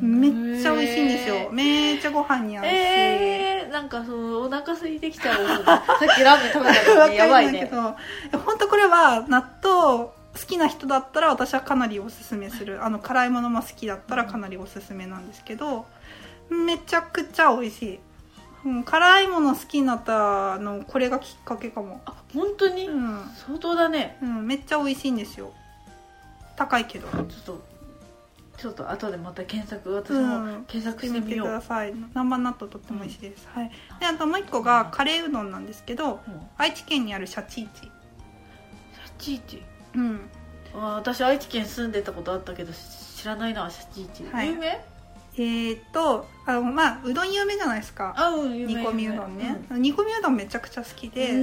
[SPEAKER 1] めっちゃ美味しいんですよめっちゃご飯に合うし、
[SPEAKER 2] えー、なんかそのお腹空いてきちゃうさっきラーメン食べたから
[SPEAKER 1] わ
[SPEAKER 2] ね
[SPEAKER 1] か
[SPEAKER 2] や
[SPEAKER 1] る
[SPEAKER 2] ば
[SPEAKER 1] ん
[SPEAKER 2] い
[SPEAKER 1] だけ
[SPEAKER 2] ね
[SPEAKER 1] ど、本当これは納豆好きな人だったら私はかなりおすすめ するあの辛いものも好きだったらかなりおすすめなんですけどめちゃくちゃ美味しい、うん、辛いもの好きになったのこれがきっかけかも
[SPEAKER 2] あ本当に、
[SPEAKER 1] うん、
[SPEAKER 2] 相当だね
[SPEAKER 1] うん、めっちゃ美味しいんですよ高いけど
[SPEAKER 2] ちょっとちょっと後でまた検索私
[SPEAKER 1] う
[SPEAKER 2] も
[SPEAKER 1] ん
[SPEAKER 2] 検索
[SPEAKER 1] 作
[SPEAKER 2] し
[SPEAKER 1] っててみ
[SPEAKER 2] み
[SPEAKER 1] て
[SPEAKER 2] よ
[SPEAKER 1] く
[SPEAKER 2] う、
[SPEAKER 1] ださい南蛮納豆とっても美味しいです、はい、であともう一個がカレーうどんなんですけど
[SPEAKER 2] うん
[SPEAKER 1] 愛知県にあるシャチーチ
[SPEAKER 2] シャチイチ
[SPEAKER 1] うん
[SPEAKER 2] あー私愛知県住んでたことあったけどし知らないなシャチイチ、
[SPEAKER 1] はい
[SPEAKER 2] 有名
[SPEAKER 1] えー、っとあのまあうどん有名じゃないですか
[SPEAKER 2] あうん有
[SPEAKER 1] 煮
[SPEAKER 2] 名
[SPEAKER 1] 込みうどんね、煮込みうどんめちゃくちゃ好き
[SPEAKER 2] うん
[SPEAKER 1] で、
[SPEAKER 2] うんう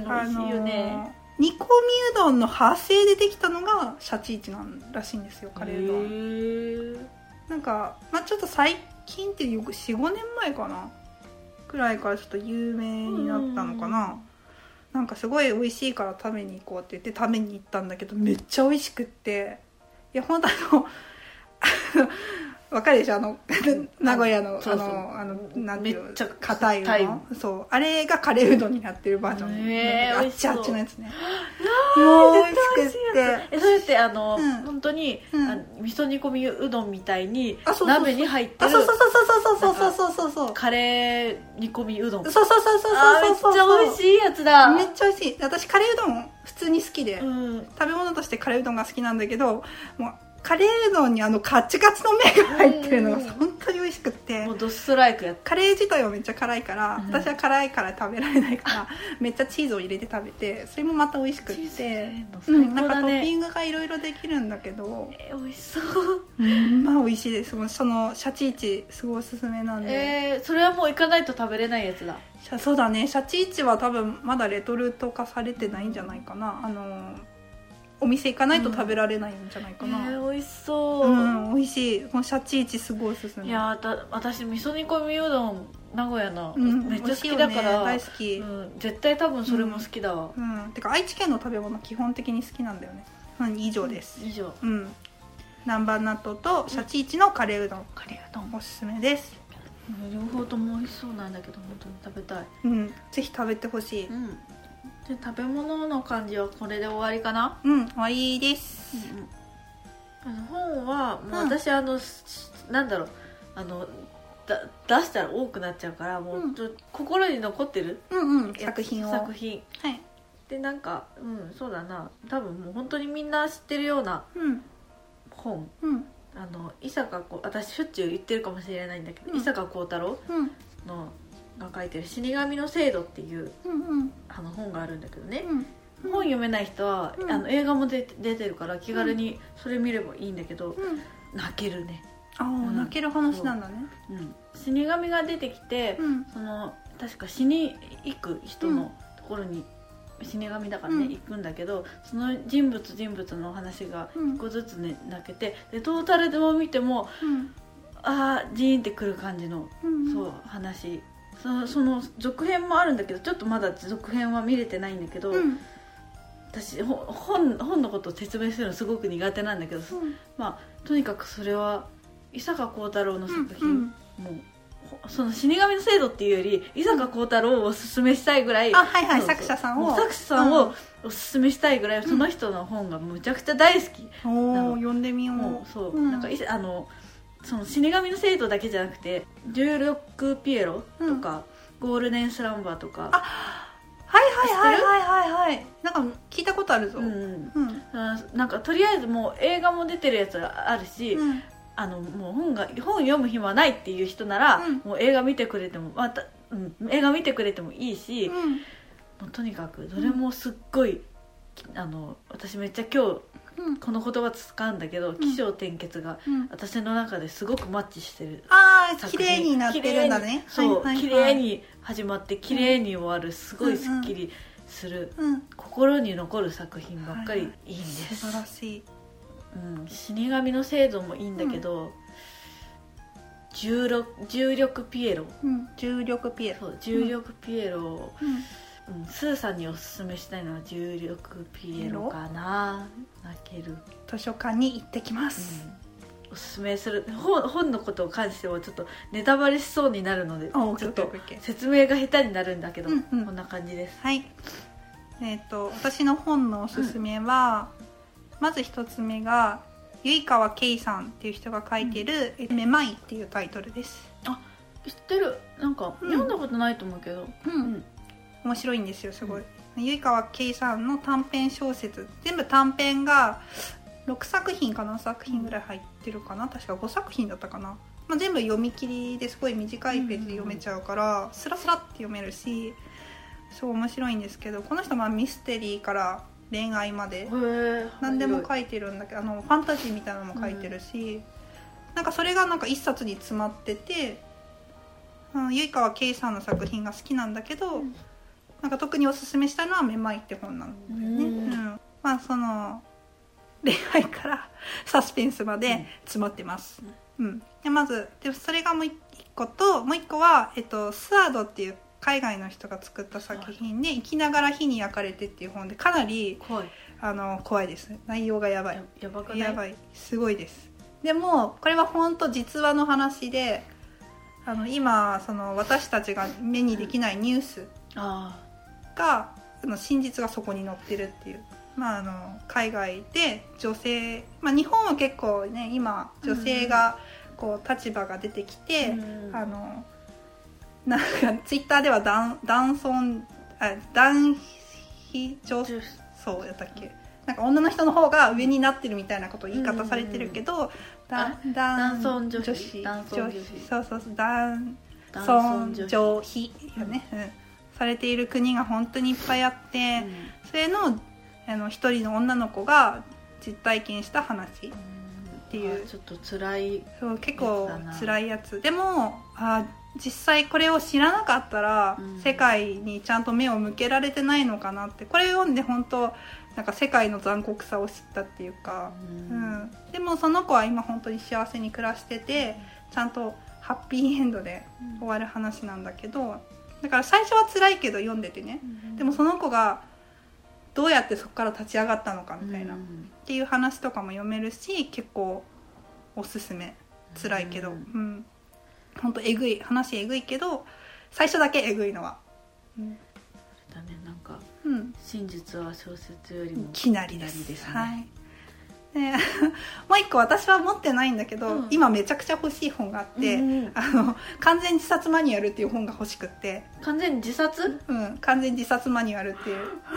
[SPEAKER 2] ん美
[SPEAKER 1] あ
[SPEAKER 2] 味し
[SPEAKER 1] の
[SPEAKER 2] いよね
[SPEAKER 1] 煮込みうどんの派生でできたのがシャチイチなんらしいんですよカレーうどん
[SPEAKER 2] ー
[SPEAKER 1] なんか、まあ、ちょっと最近ってよく45年前かなくらいからちょっと有名になったのかな、なんかすごい美味しいから食べに行こうって言って食べに行ったんだけどめっちゃ美味しくっていや本当あのわかるでしょあの名古屋の
[SPEAKER 2] そうそう
[SPEAKER 1] あのあのなんていうの
[SPEAKER 2] めっちゃ
[SPEAKER 1] 硬いうど
[SPEAKER 2] 硬いの
[SPEAKER 1] んそうあれがカレーうどんになってるバージョン、
[SPEAKER 2] へー
[SPEAKER 1] あ
[SPEAKER 2] 美
[SPEAKER 1] っ
[SPEAKER 2] 味し
[SPEAKER 1] ち
[SPEAKER 2] そう
[SPEAKER 1] あっちのやつねもう美味しくっ
[SPEAKER 2] 絶対美味しいや
[SPEAKER 1] て
[SPEAKER 2] つえそれってあの、
[SPEAKER 1] うん
[SPEAKER 2] 本当に、
[SPEAKER 1] うん
[SPEAKER 2] あ味噌煮込みうどんみたいに
[SPEAKER 1] あそうそうそう
[SPEAKER 2] 鍋に入って
[SPEAKER 1] あ
[SPEAKER 2] る
[SPEAKER 1] そうそうそうそうそうそうそうそうそう
[SPEAKER 2] カレー煮込みうどん
[SPEAKER 1] そうそうそうそう
[SPEAKER 2] あ
[SPEAKER 1] そ
[SPEAKER 2] ーめ
[SPEAKER 1] うそう
[SPEAKER 2] っちゃ美味しいやつだ
[SPEAKER 1] めっちゃ美味しい私カレーうどん普通に好きで、
[SPEAKER 2] うん
[SPEAKER 1] 食べ物としてカレーうどんが好きなんだけどもうカレーうどんにあのカチカチの麺が入ってるのが
[SPEAKER 2] うん
[SPEAKER 1] 本当に美味しくって
[SPEAKER 2] もうドストライクやっ
[SPEAKER 1] カレー自体はめっちゃ辛いから、
[SPEAKER 2] うん
[SPEAKER 1] 私は辛いから食べられな いからめっちゃチーズを入れて食べてそれもまた美味しく
[SPEAKER 2] て
[SPEAKER 1] っ
[SPEAKER 2] 人
[SPEAKER 1] て
[SPEAKER 2] 生。の
[SPEAKER 1] う
[SPEAKER 2] 最高
[SPEAKER 1] ん、なんか
[SPEAKER 2] だ
[SPEAKER 1] トッピ
[SPEAKER 2] ね、
[SPEAKER 1] ングがいろいろできるんだけど、
[SPEAKER 2] えー美味しそう
[SPEAKER 1] うんまあ美味しいですそのシャチイチすごいおすすめなんで、
[SPEAKER 2] えー、それはもう行かないと食べれないやつだ
[SPEAKER 1] シャそうだねシャチイチは多分まだレトルト化されてないんじゃないかなあのお店行かないと食べられないんじゃない
[SPEAKER 2] え
[SPEAKER 1] かな
[SPEAKER 2] ー、美味しそう、
[SPEAKER 1] うん、美味しいこのシャチイチすごいおすすめ
[SPEAKER 2] いやーた私味噌煮込みうどん名古屋の、
[SPEAKER 1] うん、
[SPEAKER 2] めっち
[SPEAKER 1] 美
[SPEAKER 2] ゃ好
[SPEAKER 1] 味しいよ
[SPEAKER 2] き
[SPEAKER 1] ね
[SPEAKER 2] だから、
[SPEAKER 1] 大好きうん、
[SPEAKER 2] うん、絶対多分それも好きだわ、
[SPEAKER 1] てか愛知県の食べ物基本的に好きなんだよねうん以上です
[SPEAKER 2] 以上
[SPEAKER 1] うん南蛮納豆とシャチイチのカレーうどん
[SPEAKER 2] カレーうどん
[SPEAKER 1] おすすめです
[SPEAKER 2] 両方とも美味しそうなんだけど本当に食べたい
[SPEAKER 1] うんぜひ食べてほしい
[SPEAKER 2] うんで食べ物の感じはこれで終わりかな、
[SPEAKER 1] うん終わりです
[SPEAKER 2] あの本はもう
[SPEAKER 1] うん
[SPEAKER 2] 私、あのしなんだろうあのだ出したら多くなっちゃうからもう、
[SPEAKER 1] うん
[SPEAKER 2] ちょ心に残ってる
[SPEAKER 1] うんうん
[SPEAKER 2] やつ
[SPEAKER 1] 作品を
[SPEAKER 2] 作品
[SPEAKER 1] はい
[SPEAKER 2] でなんかうんそうだな多分もう本当にみんな知ってるような
[SPEAKER 1] うん
[SPEAKER 2] 本
[SPEAKER 1] うん
[SPEAKER 2] あの伊坂こ私しょっちゅう言ってるかもしれないんだけど、
[SPEAKER 1] うん
[SPEAKER 2] 伊坂幸太郎
[SPEAKER 1] うん
[SPEAKER 2] のが書いてる「死神の制度」っていう
[SPEAKER 1] うんうん
[SPEAKER 2] あの本があるんだけどね、
[SPEAKER 1] うん
[SPEAKER 2] 本読めない人は、
[SPEAKER 1] うん
[SPEAKER 2] あの映画も出て出てるから気軽にそれ見ればいいんだけど、
[SPEAKER 1] うん
[SPEAKER 2] 泣けるね、
[SPEAKER 1] ああ、
[SPEAKER 2] ん
[SPEAKER 1] 泣ける話なんだね。
[SPEAKER 2] うん、死神が出てきて、
[SPEAKER 1] うん。
[SPEAKER 2] その確か死に行く人
[SPEAKER 1] うん
[SPEAKER 2] のところに、死神だからね、
[SPEAKER 1] うん
[SPEAKER 2] 行くんだけどその人物人物のお話が
[SPEAKER 1] うん
[SPEAKER 2] 一個ずつ、ね、泣けてでトータルでも見ても
[SPEAKER 1] うん。
[SPEAKER 2] あージーンってくる感じの
[SPEAKER 1] うん。
[SPEAKER 2] そう話そのその続編もあるんだけどちょっとまだ続編は見れてないんだけど、
[SPEAKER 1] うん。
[SPEAKER 2] 私ほ本本のことを説明するのすごく苦手なんだけど、
[SPEAKER 1] うん。
[SPEAKER 2] まあとにかくそれは伊坂幸太郎の作品、
[SPEAKER 1] うん
[SPEAKER 2] もうほその死神の制度っていうより伊坂幸太郎をおすすめしたいぐらい
[SPEAKER 1] あ、はいはい、
[SPEAKER 2] そうそう
[SPEAKER 1] 作者さんを。
[SPEAKER 2] 作者さんをおすすめしたいぐらいその人の本がむちゃくちゃ大好き、
[SPEAKER 1] うん。
[SPEAKER 2] な
[SPEAKER 1] お
[SPEAKER 2] の
[SPEAKER 1] お、読んでみよ
[SPEAKER 2] も
[SPEAKER 1] う
[SPEAKER 2] う。そう、
[SPEAKER 1] うん
[SPEAKER 2] なんかいあのその死神の生徒だけじゃなくて「ジューロック・ピエロ」とか、ゴールデン・スランバー」とか
[SPEAKER 1] はいはいはいはいはいはい。なんか聞いたことあるぞ。
[SPEAKER 2] う
[SPEAKER 1] うん。
[SPEAKER 2] うんん
[SPEAKER 1] うん。
[SPEAKER 2] あなんかとりあえずもう映画も出てるやつがあるし、
[SPEAKER 1] うん。
[SPEAKER 2] あのもう本が本読む暇ないっていう人なら、
[SPEAKER 1] うん
[SPEAKER 2] もう映画見てくれてもまた、うん、映画見てくれてもいいし、もうとにかくどれもすっごい、あの私めっちゃ今日
[SPEAKER 1] うん。
[SPEAKER 2] この言葉使うんだけど、起承転結が
[SPEAKER 1] うん。
[SPEAKER 2] 私の中ですごくマッチしてる
[SPEAKER 1] ああ、
[SPEAKER 2] 作
[SPEAKER 1] 綺
[SPEAKER 2] 品
[SPEAKER 1] 麗になってるんだ
[SPEAKER 2] 綺
[SPEAKER 1] ね。
[SPEAKER 2] 麗にそう、
[SPEAKER 1] はいはいはい
[SPEAKER 2] 綺麗。に始まって綺麗に終わるすごいすっきりする、
[SPEAKER 1] うん。
[SPEAKER 2] 心に残る作品ばっかりいいんです、
[SPEAKER 1] 素晴らしい。
[SPEAKER 2] うん、死神の制度もいいんだけど、重力重力ピエロ
[SPEAKER 1] うん。重力ピエロ。
[SPEAKER 2] そう重力ピエロを、
[SPEAKER 1] うん。
[SPEAKER 2] うんスーさんにおすすめしたいのは重力ピエロかな泣ける、
[SPEAKER 1] 図書館に行ってきま
[SPEAKER 2] う
[SPEAKER 1] す。
[SPEAKER 2] んおすすめする本本のことを関してはちょっとネタバレしそうになるので
[SPEAKER 1] あオッ
[SPEAKER 2] ち
[SPEAKER 1] ケー
[SPEAKER 2] ょ
[SPEAKER 1] オ
[SPEAKER 2] っ
[SPEAKER 1] ッケーオ
[SPEAKER 2] と
[SPEAKER 1] ッケー
[SPEAKER 2] 説明が下手になるんだけど、
[SPEAKER 1] うんうん
[SPEAKER 2] こんな感じです
[SPEAKER 1] はい。えっ、と私の本のおすすめは、まず一つ目がゆいかわけいさんっていう人が書いてる「えめまい」っていうタイトルです。
[SPEAKER 2] 知ってるなんか、
[SPEAKER 1] うん
[SPEAKER 2] 読んだことないと思うけど
[SPEAKER 1] う
[SPEAKER 2] うん
[SPEAKER 1] ん、面白いんですよすごい。ゆいかわけいさんの短編小説全部短編が6作品かな作品ぐらい入ってるかな確か5作品だったかな、まあ、全部読み切りですごい短いページで読めちゃうからスラスラって読めるしそう面白いんですけどこの人まあミステリーから恋愛まで
[SPEAKER 2] へえ
[SPEAKER 1] 何でも書いてるんだけどあのファンタジーみたいなのも書いてるし、なんかそれがなんか一冊に詰まってて、うん、ゆいかは圭さんの作品が好きなんだけど、
[SPEAKER 2] うん
[SPEAKER 1] なんか特におすすめしたのは「めまい」って本なんだよね。
[SPEAKER 2] うん
[SPEAKER 1] うんまあその恋愛から サスペンスま
[SPEAKER 2] うん
[SPEAKER 1] で詰まってます。うん、でまずでそれがもう一個ともう一個は、えっと、スアードっていう海外の人が作った作品で「生きながら火に焼かれて」っていう本でかなり
[SPEAKER 2] 怖い
[SPEAKER 1] あの怖いです内容がやばい
[SPEAKER 2] ややばくない
[SPEAKER 1] やばいすごいですでもこれは本当実話の話であの今その私たちが目にできないニュース
[SPEAKER 2] あ
[SPEAKER 1] があの真実がそこに載ってるっていう、まあ、あの海外で女性、まあ、日本は結構ね今女性がこう立場が出てき
[SPEAKER 2] あ、
[SPEAKER 1] て、
[SPEAKER 2] うん
[SPEAKER 1] あのなんかツイッターでは男男尊あ男非女
[SPEAKER 2] 女
[SPEAKER 1] そうやったっけなんか女の人の方が上になってるみたいなこと言い方されてるけど、だだ
[SPEAKER 2] 男
[SPEAKER 1] ん
[SPEAKER 2] 尊女卑
[SPEAKER 1] 女子
[SPEAKER 2] 男尊女卑
[SPEAKER 1] そうそうそう男
[SPEAKER 2] 男
[SPEAKER 1] 尊
[SPEAKER 2] 尊女
[SPEAKER 1] 女卑よね、うんされている国が本当にいっぱいあって、
[SPEAKER 2] うん
[SPEAKER 1] それのあの一人の女の子が実体験した話ていう
[SPEAKER 2] あちょっと辛い
[SPEAKER 1] そう結構
[SPEAKER 2] やつだな
[SPEAKER 1] 辛いやつでもあ実際これを知らなかったら、
[SPEAKER 2] うん
[SPEAKER 1] 世界にちゃんと目を向けられてないのかなってこれ読んで本当なんか世界の残酷さを知ったっていう
[SPEAKER 2] う
[SPEAKER 1] か、うんん、でもその子は今本当に幸せに暮らしててちゃんとハッピーエンドで終わる話なんだけどだから最初は辛いけど読んでてねでもその子がどうやってそこから立ち上がったのかみたいな、
[SPEAKER 2] う
[SPEAKER 1] っ
[SPEAKER 2] ん
[SPEAKER 1] ていう話とかも読めるし結構おすすめ辛いけど
[SPEAKER 2] う
[SPEAKER 1] うんん本当えぐい話えぐいけど最初だけえぐいのはうん、
[SPEAKER 2] だねなんか
[SPEAKER 1] うん、
[SPEAKER 2] 真実は小説よりも
[SPEAKER 1] きなりです
[SPEAKER 2] きね
[SPEAKER 1] はいで もう一個私は持ってないんだけど、
[SPEAKER 2] うん
[SPEAKER 1] 今めちゃくちゃ欲しい本があって、
[SPEAKER 2] うんうん
[SPEAKER 1] あの完全自殺マニュアルっていう本が欲しくって
[SPEAKER 2] 完全に自殺
[SPEAKER 1] うん、完全自殺マニュアルっていう い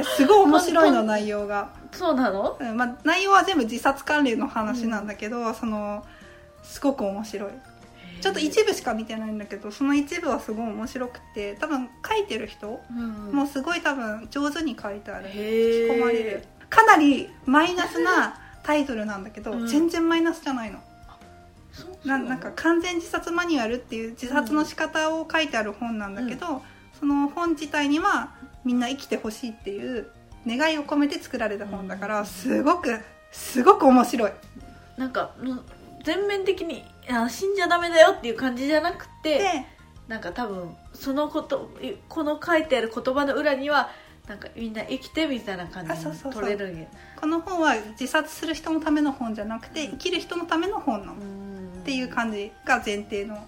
[SPEAKER 1] やすごい面白いの内容が、
[SPEAKER 2] そうなの
[SPEAKER 1] うんまあ、内容は全部自殺関連の話なんだけど、そのすごく面白いちょっと一部しか見てないんだけどその一部はすごい面白くて多分書いてる人も
[SPEAKER 2] も
[SPEAKER 1] うすごい多分上手に書いてある
[SPEAKER 2] へ
[SPEAKER 1] 引き
[SPEAKER 2] ー
[SPEAKER 1] 込まれるかなりマイナスなタイトルなんだけど、
[SPEAKER 2] うん
[SPEAKER 1] 全然マイナスじゃないの
[SPEAKER 2] そう
[SPEAKER 1] ななんか完全自殺マニュアルっていう自殺の仕方を書いてある本なんだけど、その本自体にはみんな生きてほしいっていう願いを込めて作られた本だから、
[SPEAKER 2] うん
[SPEAKER 1] すごくすごく面白い
[SPEAKER 2] なんかうん全面的にあ死んじゃダメだよっていう感じじゃなく
[SPEAKER 1] で
[SPEAKER 2] てなんか多分そのこといこの書いてある言葉の裏にはなんかみんな生きてみたいな感じ
[SPEAKER 1] あそうそうそ
[SPEAKER 2] に
[SPEAKER 1] う
[SPEAKER 2] 取れるんや
[SPEAKER 1] この本は自殺する人のための本じゃなくて生きる人のための本なの、
[SPEAKER 2] っ
[SPEAKER 1] っていう感じが前提の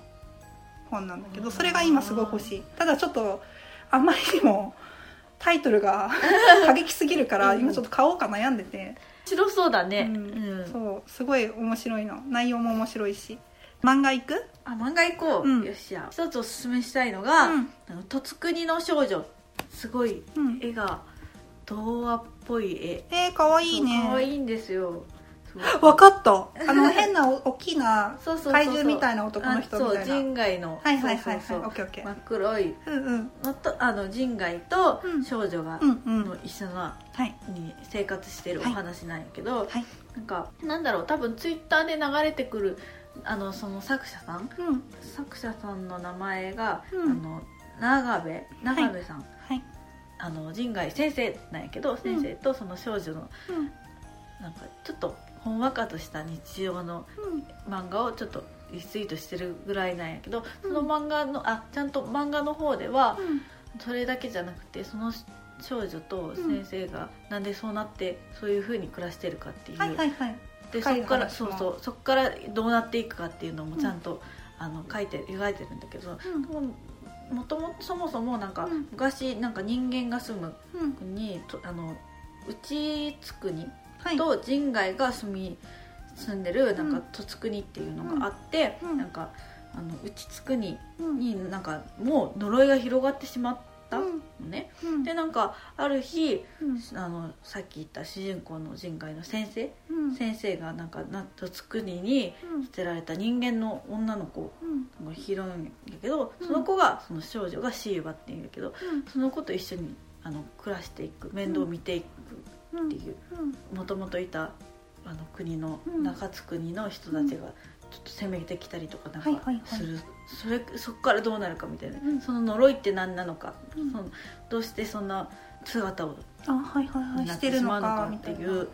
[SPEAKER 1] 本なんだけ
[SPEAKER 2] う
[SPEAKER 1] ど
[SPEAKER 2] ん
[SPEAKER 1] それが今すごい欲しいただちょっとあまりにもタイトル が過激すぎるから
[SPEAKER 2] うん
[SPEAKER 1] 今ちょっと買おうか悩んでて。
[SPEAKER 2] 白そうだねう
[SPEAKER 1] う
[SPEAKER 2] んん
[SPEAKER 1] そうすごい面白いの内容も面白いし漫画行く
[SPEAKER 2] あ漫画行こう、
[SPEAKER 1] うん
[SPEAKER 2] よっしゃ一つおすすめしたいのが「
[SPEAKER 1] うん
[SPEAKER 2] あのとつくにの少女」すごい
[SPEAKER 1] うん
[SPEAKER 2] 絵が童話っぽい絵
[SPEAKER 1] えー、かわいいね
[SPEAKER 2] そう可愛いんですよそう
[SPEAKER 1] わ かったあの変なお大きな
[SPEAKER 2] そうそうそうそう
[SPEAKER 1] 怪獣みたいな男の人みた
[SPEAKER 2] あそう
[SPEAKER 1] いな
[SPEAKER 2] 人外の
[SPEAKER 1] はいはいはい
[SPEAKER 2] そ
[SPEAKER 1] は
[SPEAKER 2] う
[SPEAKER 1] い
[SPEAKER 2] そう
[SPEAKER 1] オ
[SPEAKER 2] そう
[SPEAKER 1] ッケーオッケ
[SPEAKER 2] 真
[SPEAKER 1] ー
[SPEAKER 2] っ黒い
[SPEAKER 1] うんうん
[SPEAKER 2] のとあの人外と
[SPEAKER 1] うん
[SPEAKER 2] 少女が、
[SPEAKER 1] うんうん
[SPEAKER 2] の一緒な
[SPEAKER 1] はい
[SPEAKER 2] に生活してるお話なんやけど、
[SPEAKER 1] はい
[SPEAKER 2] なんかなんだろう多分ツイッターで流れてくるあのその作者さん
[SPEAKER 1] うん
[SPEAKER 2] 作者さんの名前が、
[SPEAKER 1] うん
[SPEAKER 2] あの長部長部さん、
[SPEAKER 1] はい
[SPEAKER 2] あの陣外先生なんやけど先生とその少女の
[SPEAKER 1] うん
[SPEAKER 2] なんかちょっとほんわかとした日常の
[SPEAKER 1] うん
[SPEAKER 2] 漫画をちょっとリツイートしてるぐらいなんやけどその漫画のあちゃんと漫画の方では
[SPEAKER 1] うん
[SPEAKER 2] それだけじゃなくてその少女と先生がなんでそうなってそういう風に暮らしてるかっていう、
[SPEAKER 1] はいはいはい
[SPEAKER 2] でそ
[SPEAKER 1] 深い
[SPEAKER 2] こから
[SPEAKER 1] 話
[SPEAKER 2] そ
[SPEAKER 1] も
[SPEAKER 2] うそうそこからどうなっていくかっていうのもちゃんと、あの書いて描いてるんだけど
[SPEAKER 1] うん
[SPEAKER 2] ももともそもそもなんか、
[SPEAKER 1] うん
[SPEAKER 2] 昔なんか人間が住む
[SPEAKER 1] うん
[SPEAKER 2] 国とあの内津国
[SPEAKER 1] はい
[SPEAKER 2] と人外が住み住んでるなん
[SPEAKER 1] う
[SPEAKER 2] か
[SPEAKER 1] ん
[SPEAKER 2] 戸国っていうのがあって、
[SPEAKER 1] うん
[SPEAKER 2] なんかあの内津国
[SPEAKER 1] うん
[SPEAKER 2] になんかもう呪いが広がってしまった
[SPEAKER 1] う
[SPEAKER 2] の
[SPEAKER 1] ん
[SPEAKER 2] ね、
[SPEAKER 1] うん
[SPEAKER 2] でなんかある日
[SPEAKER 1] うん
[SPEAKER 2] あのさっき言った主人公の人外の先生、
[SPEAKER 1] うん
[SPEAKER 2] 先生がなんかなんと津国に
[SPEAKER 1] うん
[SPEAKER 2] 捨てられた人間の女の子
[SPEAKER 1] うん
[SPEAKER 2] が拾うんやけど
[SPEAKER 1] うん
[SPEAKER 2] その子がその少女がシーバっていうんだけど
[SPEAKER 1] うん
[SPEAKER 2] その子と一緒にあの暮らしていく面倒を見ていく
[SPEAKER 1] うん
[SPEAKER 2] っていう
[SPEAKER 1] うん
[SPEAKER 2] もともといたあの国の
[SPEAKER 1] うん
[SPEAKER 2] 中津国の人たちがちょっと攻めてきたりとかなん
[SPEAKER 1] はいは
[SPEAKER 2] か
[SPEAKER 1] いはい
[SPEAKER 2] する、それそこからどうなるかみたいな、
[SPEAKER 1] うん
[SPEAKER 2] その呪いって何なのか、
[SPEAKER 1] うん
[SPEAKER 2] そのどうしてそんな姿を
[SPEAKER 1] あはいはいはい
[SPEAKER 2] な
[SPEAKER 1] し
[SPEAKER 2] ってて
[SPEAKER 1] る
[SPEAKER 2] し
[SPEAKER 1] の
[SPEAKER 2] まうの
[SPEAKER 1] か
[SPEAKER 2] か
[SPEAKER 1] み
[SPEAKER 2] って
[SPEAKER 1] たい
[SPEAKER 2] い
[SPEAKER 1] な
[SPEAKER 2] う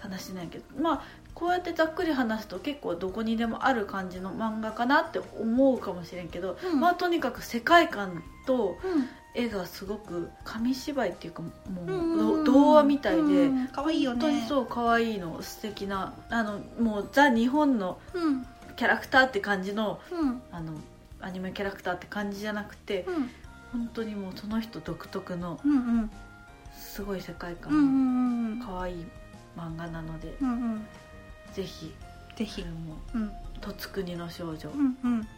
[SPEAKER 2] 話なんやけどまあこうやってざっくり話すと結構どこにでもある感じの漫画かなって思うかもしれんけど、
[SPEAKER 1] うん
[SPEAKER 2] まあとにかく世界観と
[SPEAKER 1] うん
[SPEAKER 2] 絵がすごく紙芝居っていうかもう、
[SPEAKER 1] うんうん
[SPEAKER 2] ど童話みたいで。
[SPEAKER 1] うん可愛いよね
[SPEAKER 2] 本当にそう可愛いの素敵なあのもうザ日本の
[SPEAKER 1] うん
[SPEAKER 2] キャラクターって感じの
[SPEAKER 1] うん
[SPEAKER 2] あのアニメキャラクターって感じじゃなくて
[SPEAKER 1] うん
[SPEAKER 2] 本当にもうその人独特の
[SPEAKER 1] うんうん
[SPEAKER 2] すごい世界
[SPEAKER 1] うんうん
[SPEAKER 2] 観
[SPEAKER 1] うん
[SPEAKER 2] の可愛い漫画なので、
[SPEAKER 1] うんうん
[SPEAKER 2] ぜひ
[SPEAKER 1] ぜ
[SPEAKER 2] そ
[SPEAKER 1] ひ
[SPEAKER 2] れも
[SPEAKER 1] うん
[SPEAKER 2] 「とつくにの少女」すご
[SPEAKER 1] う
[SPEAKER 2] い
[SPEAKER 1] んうん
[SPEAKER 2] おすす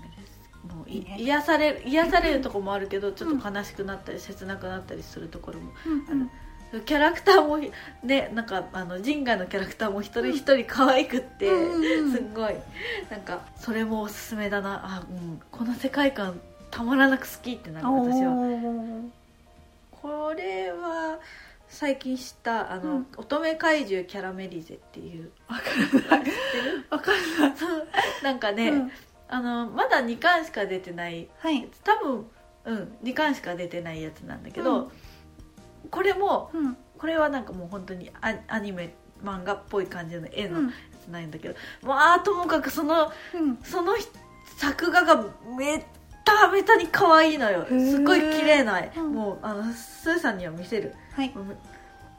[SPEAKER 2] めですもうい
[SPEAKER 1] いいね
[SPEAKER 2] 癒される癒されるとこもあるけどちょっと悲しくなったり切なくなったりするところも
[SPEAKER 1] うん
[SPEAKER 2] キャラクターもねなんかあのジンガのキャラクターも一人一人可愛くって、
[SPEAKER 1] うん
[SPEAKER 2] すっごいなんかそれもおすすめだなあ、うん、この世界観たまらなく好きってなる私は
[SPEAKER 1] おー
[SPEAKER 2] これは最近知ったあの、
[SPEAKER 1] うん
[SPEAKER 2] 乙女怪獣キャラメリゼっていう
[SPEAKER 1] わかんない
[SPEAKER 2] なんかね、
[SPEAKER 1] うん
[SPEAKER 2] あのまだ2巻しか出てない
[SPEAKER 1] はい
[SPEAKER 2] 多分うん2巻しか出てないやつなんだけど、これも
[SPEAKER 1] うん
[SPEAKER 2] これはなんかもう本当にアアニメ漫画っぽい感じの絵
[SPEAKER 1] う
[SPEAKER 2] のや
[SPEAKER 1] ん
[SPEAKER 2] つなんだけど、まあともかくその
[SPEAKER 1] うん
[SPEAKER 2] その人作画がめっためたに可愛いのよ
[SPEAKER 1] へー
[SPEAKER 2] すごい綺麗な絵、
[SPEAKER 1] うん
[SPEAKER 2] もうあのスーさんには見せる
[SPEAKER 1] はい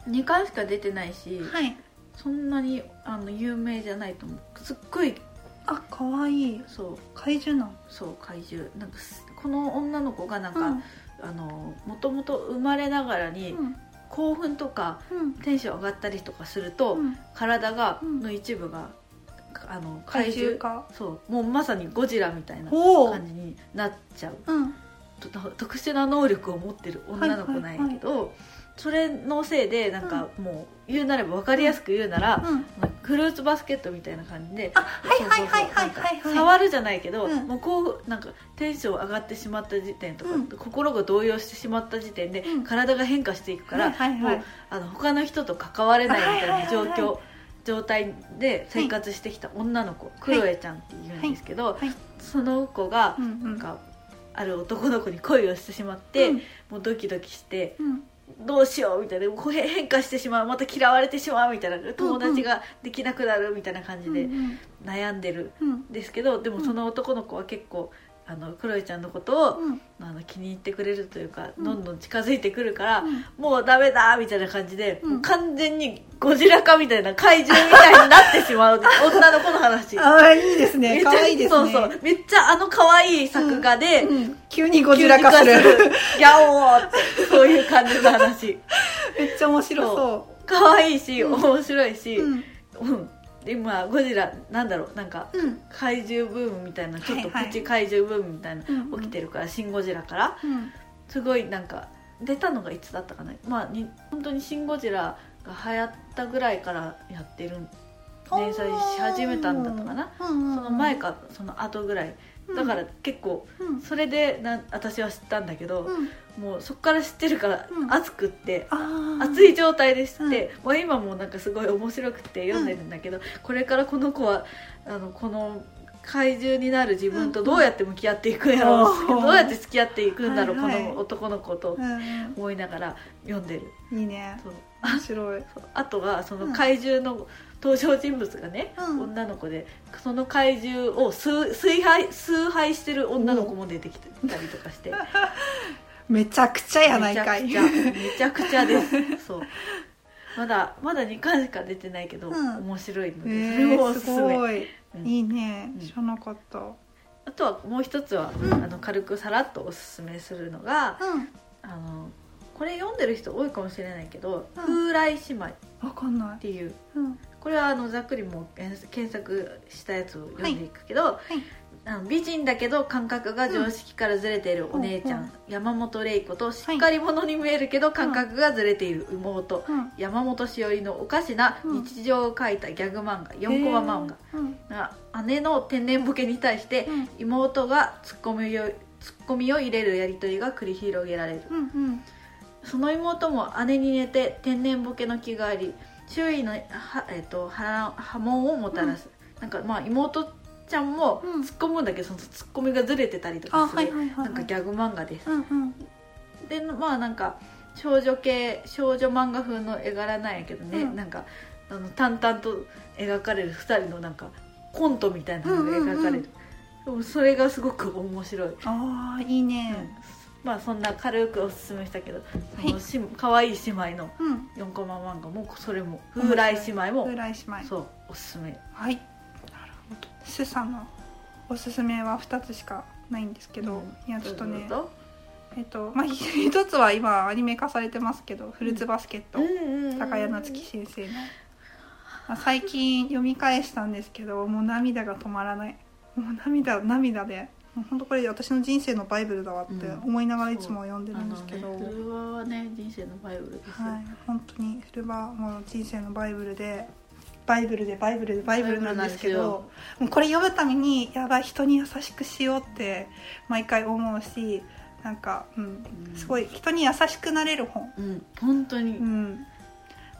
[SPEAKER 2] 2巻しか出てないし、
[SPEAKER 1] はい
[SPEAKER 2] そんなにあの有名じゃないと思うすっごい
[SPEAKER 1] あ可愛い
[SPEAKER 2] そう
[SPEAKER 1] 怪獣な
[SPEAKER 2] そう怪獣なんかすこの女の子がなんか、
[SPEAKER 1] の
[SPEAKER 2] あのもともと生まれながら
[SPEAKER 1] う
[SPEAKER 2] に
[SPEAKER 1] ん
[SPEAKER 2] 興奮とか
[SPEAKER 1] うん
[SPEAKER 2] テンション上がったりとかすると、
[SPEAKER 1] うん
[SPEAKER 2] 体が
[SPEAKER 1] うん
[SPEAKER 2] の一部があの怪
[SPEAKER 1] 怪
[SPEAKER 2] 獣
[SPEAKER 1] 獣か
[SPEAKER 2] そうもうまさにゴジラみたいな
[SPEAKER 1] おお
[SPEAKER 2] 感じになっちゃう
[SPEAKER 1] うん
[SPEAKER 2] と特殊な能力を持ってる女の子なんやけど、それのせいでなんかもう言うなれば分かりやすく言うなら、
[SPEAKER 1] うん
[SPEAKER 2] フルーツバスケットみたいな感じで。
[SPEAKER 1] あはいはいはいは
[SPEAKER 2] そうそう
[SPEAKER 1] い
[SPEAKER 2] そう
[SPEAKER 1] はいはい
[SPEAKER 2] なんか触るじゃないけど、
[SPEAKER 1] うん
[SPEAKER 2] もうこうなんかテンション上がってしまった時点とか、
[SPEAKER 1] うん
[SPEAKER 2] 心が動揺してしまった時点で、
[SPEAKER 1] うん
[SPEAKER 2] 体が変化していくから、
[SPEAKER 1] はいはい
[SPEAKER 2] も
[SPEAKER 1] はいう
[SPEAKER 2] あの他の人と関われないみたい
[SPEAKER 1] はい
[SPEAKER 2] な
[SPEAKER 1] はいは
[SPEAKER 2] 状
[SPEAKER 1] いはい
[SPEAKER 2] 況、状態で生活してきた女の子、クロエちゃんっていうんですけど、
[SPEAKER 1] はいはい
[SPEAKER 2] その子が
[SPEAKER 1] う、んう
[SPEAKER 2] なん
[SPEAKER 1] ん
[SPEAKER 2] かある男の子に恋をしてしまって、もうドキドキして
[SPEAKER 1] うん
[SPEAKER 2] どうしようみたいなこうへ変化してしまうまた嫌われてしまうみたいな友達ができなくなるみたいな感
[SPEAKER 1] う
[SPEAKER 2] じ
[SPEAKER 1] ん
[SPEAKER 2] で悩んでる
[SPEAKER 1] うん
[SPEAKER 2] んですけどで
[SPEAKER 1] う
[SPEAKER 2] も
[SPEAKER 1] ん
[SPEAKER 2] その男の子は結構あのクロエちゃんのことを、
[SPEAKER 1] うん
[SPEAKER 2] あの気に入ってくれるというか、
[SPEAKER 1] うん
[SPEAKER 2] どんどん近づいてくるから、
[SPEAKER 1] うん
[SPEAKER 2] もうダメだみたいな感じで、
[SPEAKER 1] うん
[SPEAKER 2] もう完全にゴジラ化みたいな怪獣みたいになってし まう女の子の話。
[SPEAKER 1] ああいいです
[SPEAKER 2] めっ
[SPEAKER 1] ね
[SPEAKER 2] ちゃ
[SPEAKER 1] 可愛いですね
[SPEAKER 2] そうそうめっちゃあの可愛い作画で、
[SPEAKER 1] うん急にゴジラ化する
[SPEAKER 2] 急に化するギャオーってそういう感じの話
[SPEAKER 1] めっちゃ面白そ
[SPEAKER 2] 可愛いし、
[SPEAKER 1] うん
[SPEAKER 2] 面白いし、
[SPEAKER 1] う
[SPEAKER 2] うん
[SPEAKER 1] ん
[SPEAKER 2] で今ゴジラなんだろうなんか
[SPEAKER 1] うん
[SPEAKER 2] 怪獣ブームみたいなちょっと
[SPEAKER 1] はいはい
[SPEAKER 2] プチ怪獣ブームみたいな、
[SPEAKER 1] うんうん
[SPEAKER 2] 起きてるから新ゴジラから
[SPEAKER 1] うん
[SPEAKER 2] すごいなんか出たのがいつだったかなまあに本当に新ゴジラが流行ったぐらいからやってる連載し始めたんだったかな、
[SPEAKER 1] うんうんうん
[SPEAKER 2] その前かその後ぐらいだから結構
[SPEAKER 1] うん
[SPEAKER 2] それでな私は知ったんだけど、
[SPEAKER 1] うん
[SPEAKER 2] もうそこから知ってるから
[SPEAKER 1] うん
[SPEAKER 2] 熱くって、
[SPEAKER 1] ああ
[SPEAKER 2] 熱い状態で知って、もう今もなんかすごい面白くて読んでるんだけど、これからこの子はあのこの怪獣になる自分とどうやって向き合っていくんやろう、
[SPEAKER 1] うん
[SPEAKER 2] どうやって付き合っていくんだろう、
[SPEAKER 1] はいはい
[SPEAKER 2] この男の子と
[SPEAKER 1] うん
[SPEAKER 2] 思いながら読んでる。
[SPEAKER 1] いいね
[SPEAKER 2] そう
[SPEAKER 1] 面白い
[SPEAKER 2] そうあとはそ
[SPEAKER 1] うん
[SPEAKER 2] の怪獣の登場人物がね、
[SPEAKER 1] うん
[SPEAKER 2] 女の子でその怪獣を崇崇拝崇拝してる女の子も出てき たりとかして
[SPEAKER 1] めちゃくちゃやないかい
[SPEAKER 2] めちゃくちゃめちゃくちゃですそうまだまだ2巻しか出てないけど、
[SPEAKER 1] うん
[SPEAKER 2] 面白いので、それ
[SPEAKER 1] え
[SPEAKER 2] もお
[SPEAKER 1] ー
[SPEAKER 2] すす
[SPEAKER 1] す
[SPEAKER 2] め
[SPEAKER 1] ごい
[SPEAKER 2] うん
[SPEAKER 1] いいね
[SPEAKER 2] うん
[SPEAKER 1] 知らなかったう
[SPEAKER 2] あとはもう一つは、
[SPEAKER 1] うん
[SPEAKER 2] あの軽くさらっとおすすめするのが
[SPEAKER 1] ん
[SPEAKER 2] あのこれ読んでる人多いかもしれないけど「
[SPEAKER 1] うん
[SPEAKER 2] 風来姉妹」っ
[SPEAKER 1] わかんない
[SPEAKER 2] ていう
[SPEAKER 1] うん
[SPEAKER 2] これはあのざっくりもう検検索したやつを読んでいくけど、
[SPEAKER 1] い
[SPEAKER 2] あの美人だけど感覚が常識からずれているお姉ちゃん、
[SPEAKER 1] うんうん
[SPEAKER 2] 山本玲子としっかり者に見えるけど感覚がずれている妹、
[SPEAKER 1] うん
[SPEAKER 2] 山本しおりのおかしな日常を描いたギャグ漫画4コマ漫画
[SPEAKER 1] へーうん
[SPEAKER 2] が姉の天然ボケに対して
[SPEAKER 1] うん
[SPEAKER 2] 妹がツッコミをツッコミを入れるやり取りが繰り広げられる
[SPEAKER 1] うんうん
[SPEAKER 2] その妹も姉に似て天然ボケの気があり周囲のは、えー、と波波紋をもたらす、なんかまあ妹ちゃんも
[SPEAKER 1] うん
[SPEAKER 2] 突っ込むんだけどその突っ込みがずれてたりと
[SPEAKER 1] あ
[SPEAKER 2] かする、
[SPEAKER 1] はいはいはい
[SPEAKER 2] なんかギャグ漫画です
[SPEAKER 1] うんうん
[SPEAKER 2] でまあなんか少女系少女漫画風の絵柄なんやけどね、
[SPEAKER 1] うん
[SPEAKER 2] なんかあの淡々と描かれる2人のなんかコントみたいなのが描かれる、でもそれがすごく面白い、
[SPEAKER 1] ああいいね
[SPEAKER 2] まあそんな軽くおすすめしたけど
[SPEAKER 1] い
[SPEAKER 2] そのし可愛い姉妹の
[SPEAKER 1] うん
[SPEAKER 2] 4コマ漫画もそれも風来姉妹も
[SPEAKER 1] 風来姉妹
[SPEAKER 2] そうおすすめ
[SPEAKER 1] はいなるほどスーさんのおすすめは2つしかないんですけど、
[SPEAKER 2] うん
[SPEAKER 1] いやちょっと
[SPEAKER 2] ど
[SPEAKER 1] ね
[SPEAKER 2] うぞ
[SPEAKER 1] えっとまあ1つは今アニメ化されてますけど「フルーツバスケット」
[SPEAKER 2] うんうん
[SPEAKER 1] 高谷夏樹先生の、まあ、最近読み返したんですけどもう涙が止まらないもう涙涙でもう本当これ私の人生のバイブルだわって思いながらいつも読んでるんですけど、
[SPEAKER 2] あのねフルワはね人生のバイブルです、
[SPEAKER 1] はい、本当にフルバもう人生のバイブルでバイブルでバイブルでバイブルなんですけ
[SPEAKER 2] バイブル
[SPEAKER 1] ど
[SPEAKER 2] なん
[SPEAKER 1] もうこれ読むためにやばい人に優しくしようって毎回思うしなんか、うん、
[SPEAKER 2] うん
[SPEAKER 1] すごい人に優しくなれる本、
[SPEAKER 2] うん本当に、
[SPEAKER 1] うん、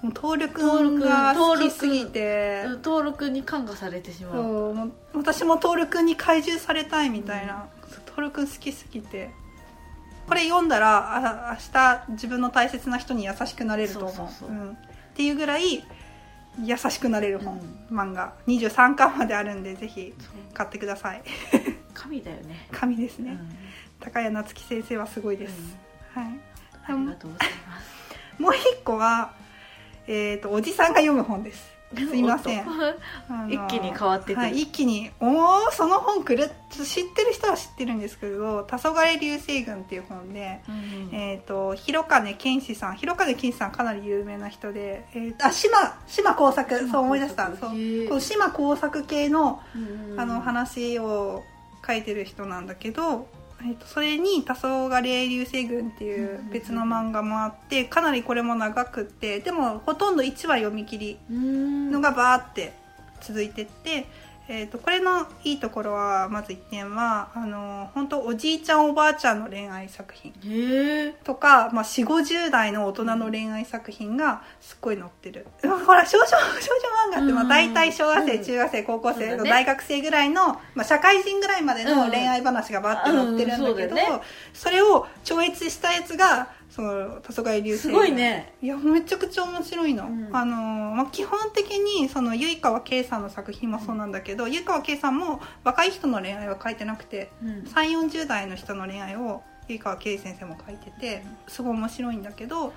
[SPEAKER 1] もう登録が好きすぎて
[SPEAKER 2] 登録に感化されてしまう
[SPEAKER 1] そうもう私も徹君に懐柔されたいみたいな徹、君好きすぎてこれ読んだらあ明日自分の大切な人に優しくなれると思う
[SPEAKER 2] そうそうそう
[SPEAKER 1] うん、っていうぐらい優しくなれる本、
[SPEAKER 2] う
[SPEAKER 1] 漫画23巻まであるんでぜひ
[SPEAKER 2] そう
[SPEAKER 1] 買ってください
[SPEAKER 2] 神だよね
[SPEAKER 1] 神です
[SPEAKER 2] う
[SPEAKER 1] ね、
[SPEAKER 2] ん
[SPEAKER 1] 高谷夏樹先生はすごいです、はい
[SPEAKER 2] ありがとうございます
[SPEAKER 1] もう一個は、えー、とおじさんが読む本ですすいま せん
[SPEAKER 2] おっと
[SPEAKER 1] あの
[SPEAKER 2] 一気に変わってくる
[SPEAKER 1] はい、一気におおその本くる知ってる人は知ってるんですけど「黄昏流星群」っていう本で、
[SPEAKER 2] うん
[SPEAKER 1] えー、と広金健志さん広金健志さんかなり有名な人で、えー、あ島島耕作そう思い出したそう
[SPEAKER 2] へえ
[SPEAKER 1] こう島耕作系の
[SPEAKER 2] うんうん
[SPEAKER 1] あの話を書いてる人なんだけど、えっと、それに「黄昏流星群」っていう別の漫画もあってかなりこれも長くってでもほとんど1話読み切り
[SPEAKER 2] うん
[SPEAKER 1] のがバーって続いてって、えー、とこれのいいところはまず1点はあの本当おじいちゃんおばあちゃんの恋愛作品
[SPEAKER 2] へえ
[SPEAKER 1] とか、まあ、4 5 0代の大人の恋愛作品がすっごい載ってる うんほら少女少女漫画ってまあ
[SPEAKER 2] うん
[SPEAKER 1] 大体小学生、
[SPEAKER 2] うん
[SPEAKER 1] 中学生高校
[SPEAKER 2] そ
[SPEAKER 1] 生
[SPEAKER 2] うだね
[SPEAKER 1] 大学生ぐらいの、まあ、社会人ぐらいまでの恋愛話がバーって載ってるんだけど、
[SPEAKER 2] うんうんそうだよ
[SPEAKER 1] それを超越したやつがその黄昏流星
[SPEAKER 2] す
[SPEAKER 1] 群
[SPEAKER 2] ごいね
[SPEAKER 1] いやめちゃくちゃ面白いの、
[SPEAKER 2] うん
[SPEAKER 1] あのーまあ、基本的にその結川圭さんの作品もそうなんだけど結川圭さんも若い人の恋愛は書いてなくて
[SPEAKER 2] うん
[SPEAKER 1] 3 4 0代の人の恋愛を結川圭先生も書いててすごい面白いんだけど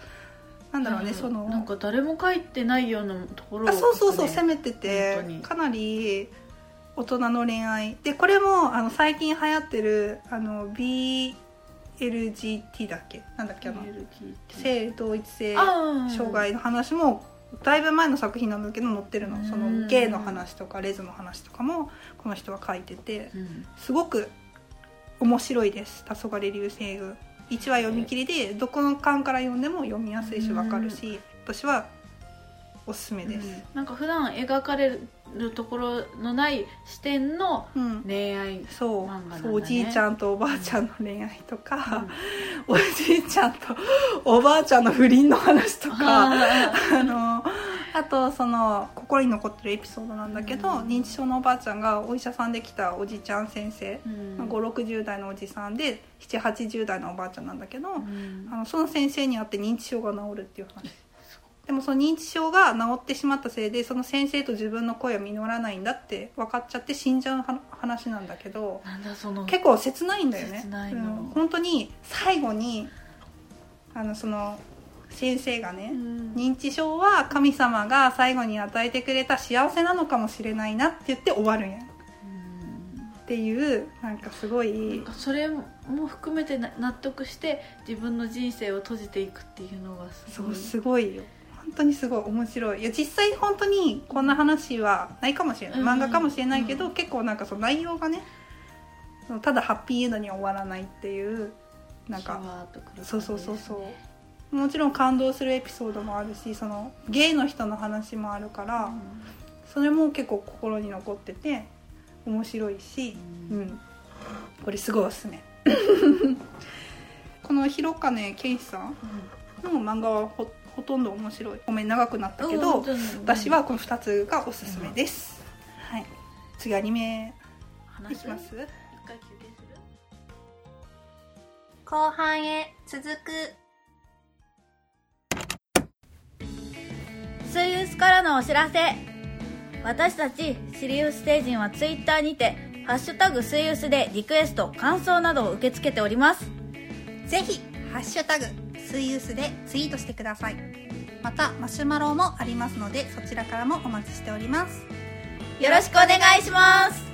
[SPEAKER 1] なんだろうね、その
[SPEAKER 2] なんか誰も書いてないようなところを
[SPEAKER 1] あそうそうそう
[SPEAKER 2] ね
[SPEAKER 1] 攻めてて
[SPEAKER 2] 本当に
[SPEAKER 1] かなり大人の恋愛でこれもあの最近流行ってるあの BLGT だっけなんだっけあの
[SPEAKER 2] LGBT
[SPEAKER 1] 性同一性
[SPEAKER 2] あー
[SPEAKER 1] 障害の話もだいぶ前の作品なんだけど載ってる
[SPEAKER 2] う
[SPEAKER 1] の
[SPEAKER 2] ん
[SPEAKER 1] そのゲイの話とかレズの話とかもこの人は書いてて
[SPEAKER 2] うん
[SPEAKER 1] すごく面白いです「黄昏流星群」1話読み切りでどこの巻から読んでも読みやすいしわかるし私はおすすめです、
[SPEAKER 2] なんか普段描かれるところのない視点の
[SPEAKER 1] うん
[SPEAKER 2] 恋愛
[SPEAKER 1] そう,、
[SPEAKER 2] 漫画なんだね
[SPEAKER 1] そうおじいちゃんとおばあちゃんの恋愛とか、おじいちゃんとおばあちゃんの不倫の話とか
[SPEAKER 2] あー
[SPEAKER 1] あのあとその心に残ってるエピソードなんだけど、
[SPEAKER 2] うん
[SPEAKER 1] 認知症のおばあちゃんがお医者さんで来たおじちゃん先生、
[SPEAKER 2] うん
[SPEAKER 1] まあ5 6 0代のおじさんで780代のおばあちゃんなんだけど、
[SPEAKER 2] うん
[SPEAKER 1] あのその先生に会って認知症が治るっていう話でもその認知症が治ってしまったせいでその先生と自分の声は実らないんだって分かっちゃって死んじゃうは話なんだけど
[SPEAKER 2] なんだその
[SPEAKER 1] 結構切ないんだよね
[SPEAKER 2] 切ない
[SPEAKER 1] うん
[SPEAKER 2] の、
[SPEAKER 1] 本当に最後にあのその先生がね、
[SPEAKER 2] うん
[SPEAKER 1] 認知症は神様が最後に与えてくれた幸せなのかもしれないなって言って終わるんやっていうなんかすご
[SPEAKER 2] うんないんかそれも含めてな納得して自分の人生を閉じていくっていうのがす
[SPEAKER 1] そ
[SPEAKER 2] ごいう
[SPEAKER 1] すごいよ本当にすごい面白いいや実際本当にこんな話はないかもしれない
[SPEAKER 2] うん
[SPEAKER 1] 漫画かもしれないけど、
[SPEAKER 2] う
[SPEAKER 1] 結構なんかその内容がねただハッピーエンドには終わらないっていうなんか
[SPEAKER 2] シュワーっとくる感じです
[SPEAKER 1] そ
[SPEAKER 2] ね
[SPEAKER 1] うそうそうそうもちろん感動するエピソードもあるしそのゲイの人の話もあるから、それも結構心に残ってて面白いし、
[SPEAKER 2] う
[SPEAKER 1] うんん、これすごいおす すめこの広金健志さんの漫画はほほとんど面白いごめん長くなったけ
[SPEAKER 2] う
[SPEAKER 1] ど
[SPEAKER 2] んうんうん
[SPEAKER 1] 私はこの2つがおすすめです、はい、次アニメい
[SPEAKER 2] 話
[SPEAKER 1] きます
[SPEAKER 2] 一回休憩する
[SPEAKER 3] 後半へ続くスイウスからのお知らせ私たちシリウス星人はツイッターにて「ハッシュタグスイウス」でリクエスト感想などを受け付けております
[SPEAKER 4] ぜひ、ハッシュタグ、スイウスでツイートしてください。また、マシュマロもありますので、そちらからもお待ちしております。
[SPEAKER 3] よろしくお願いします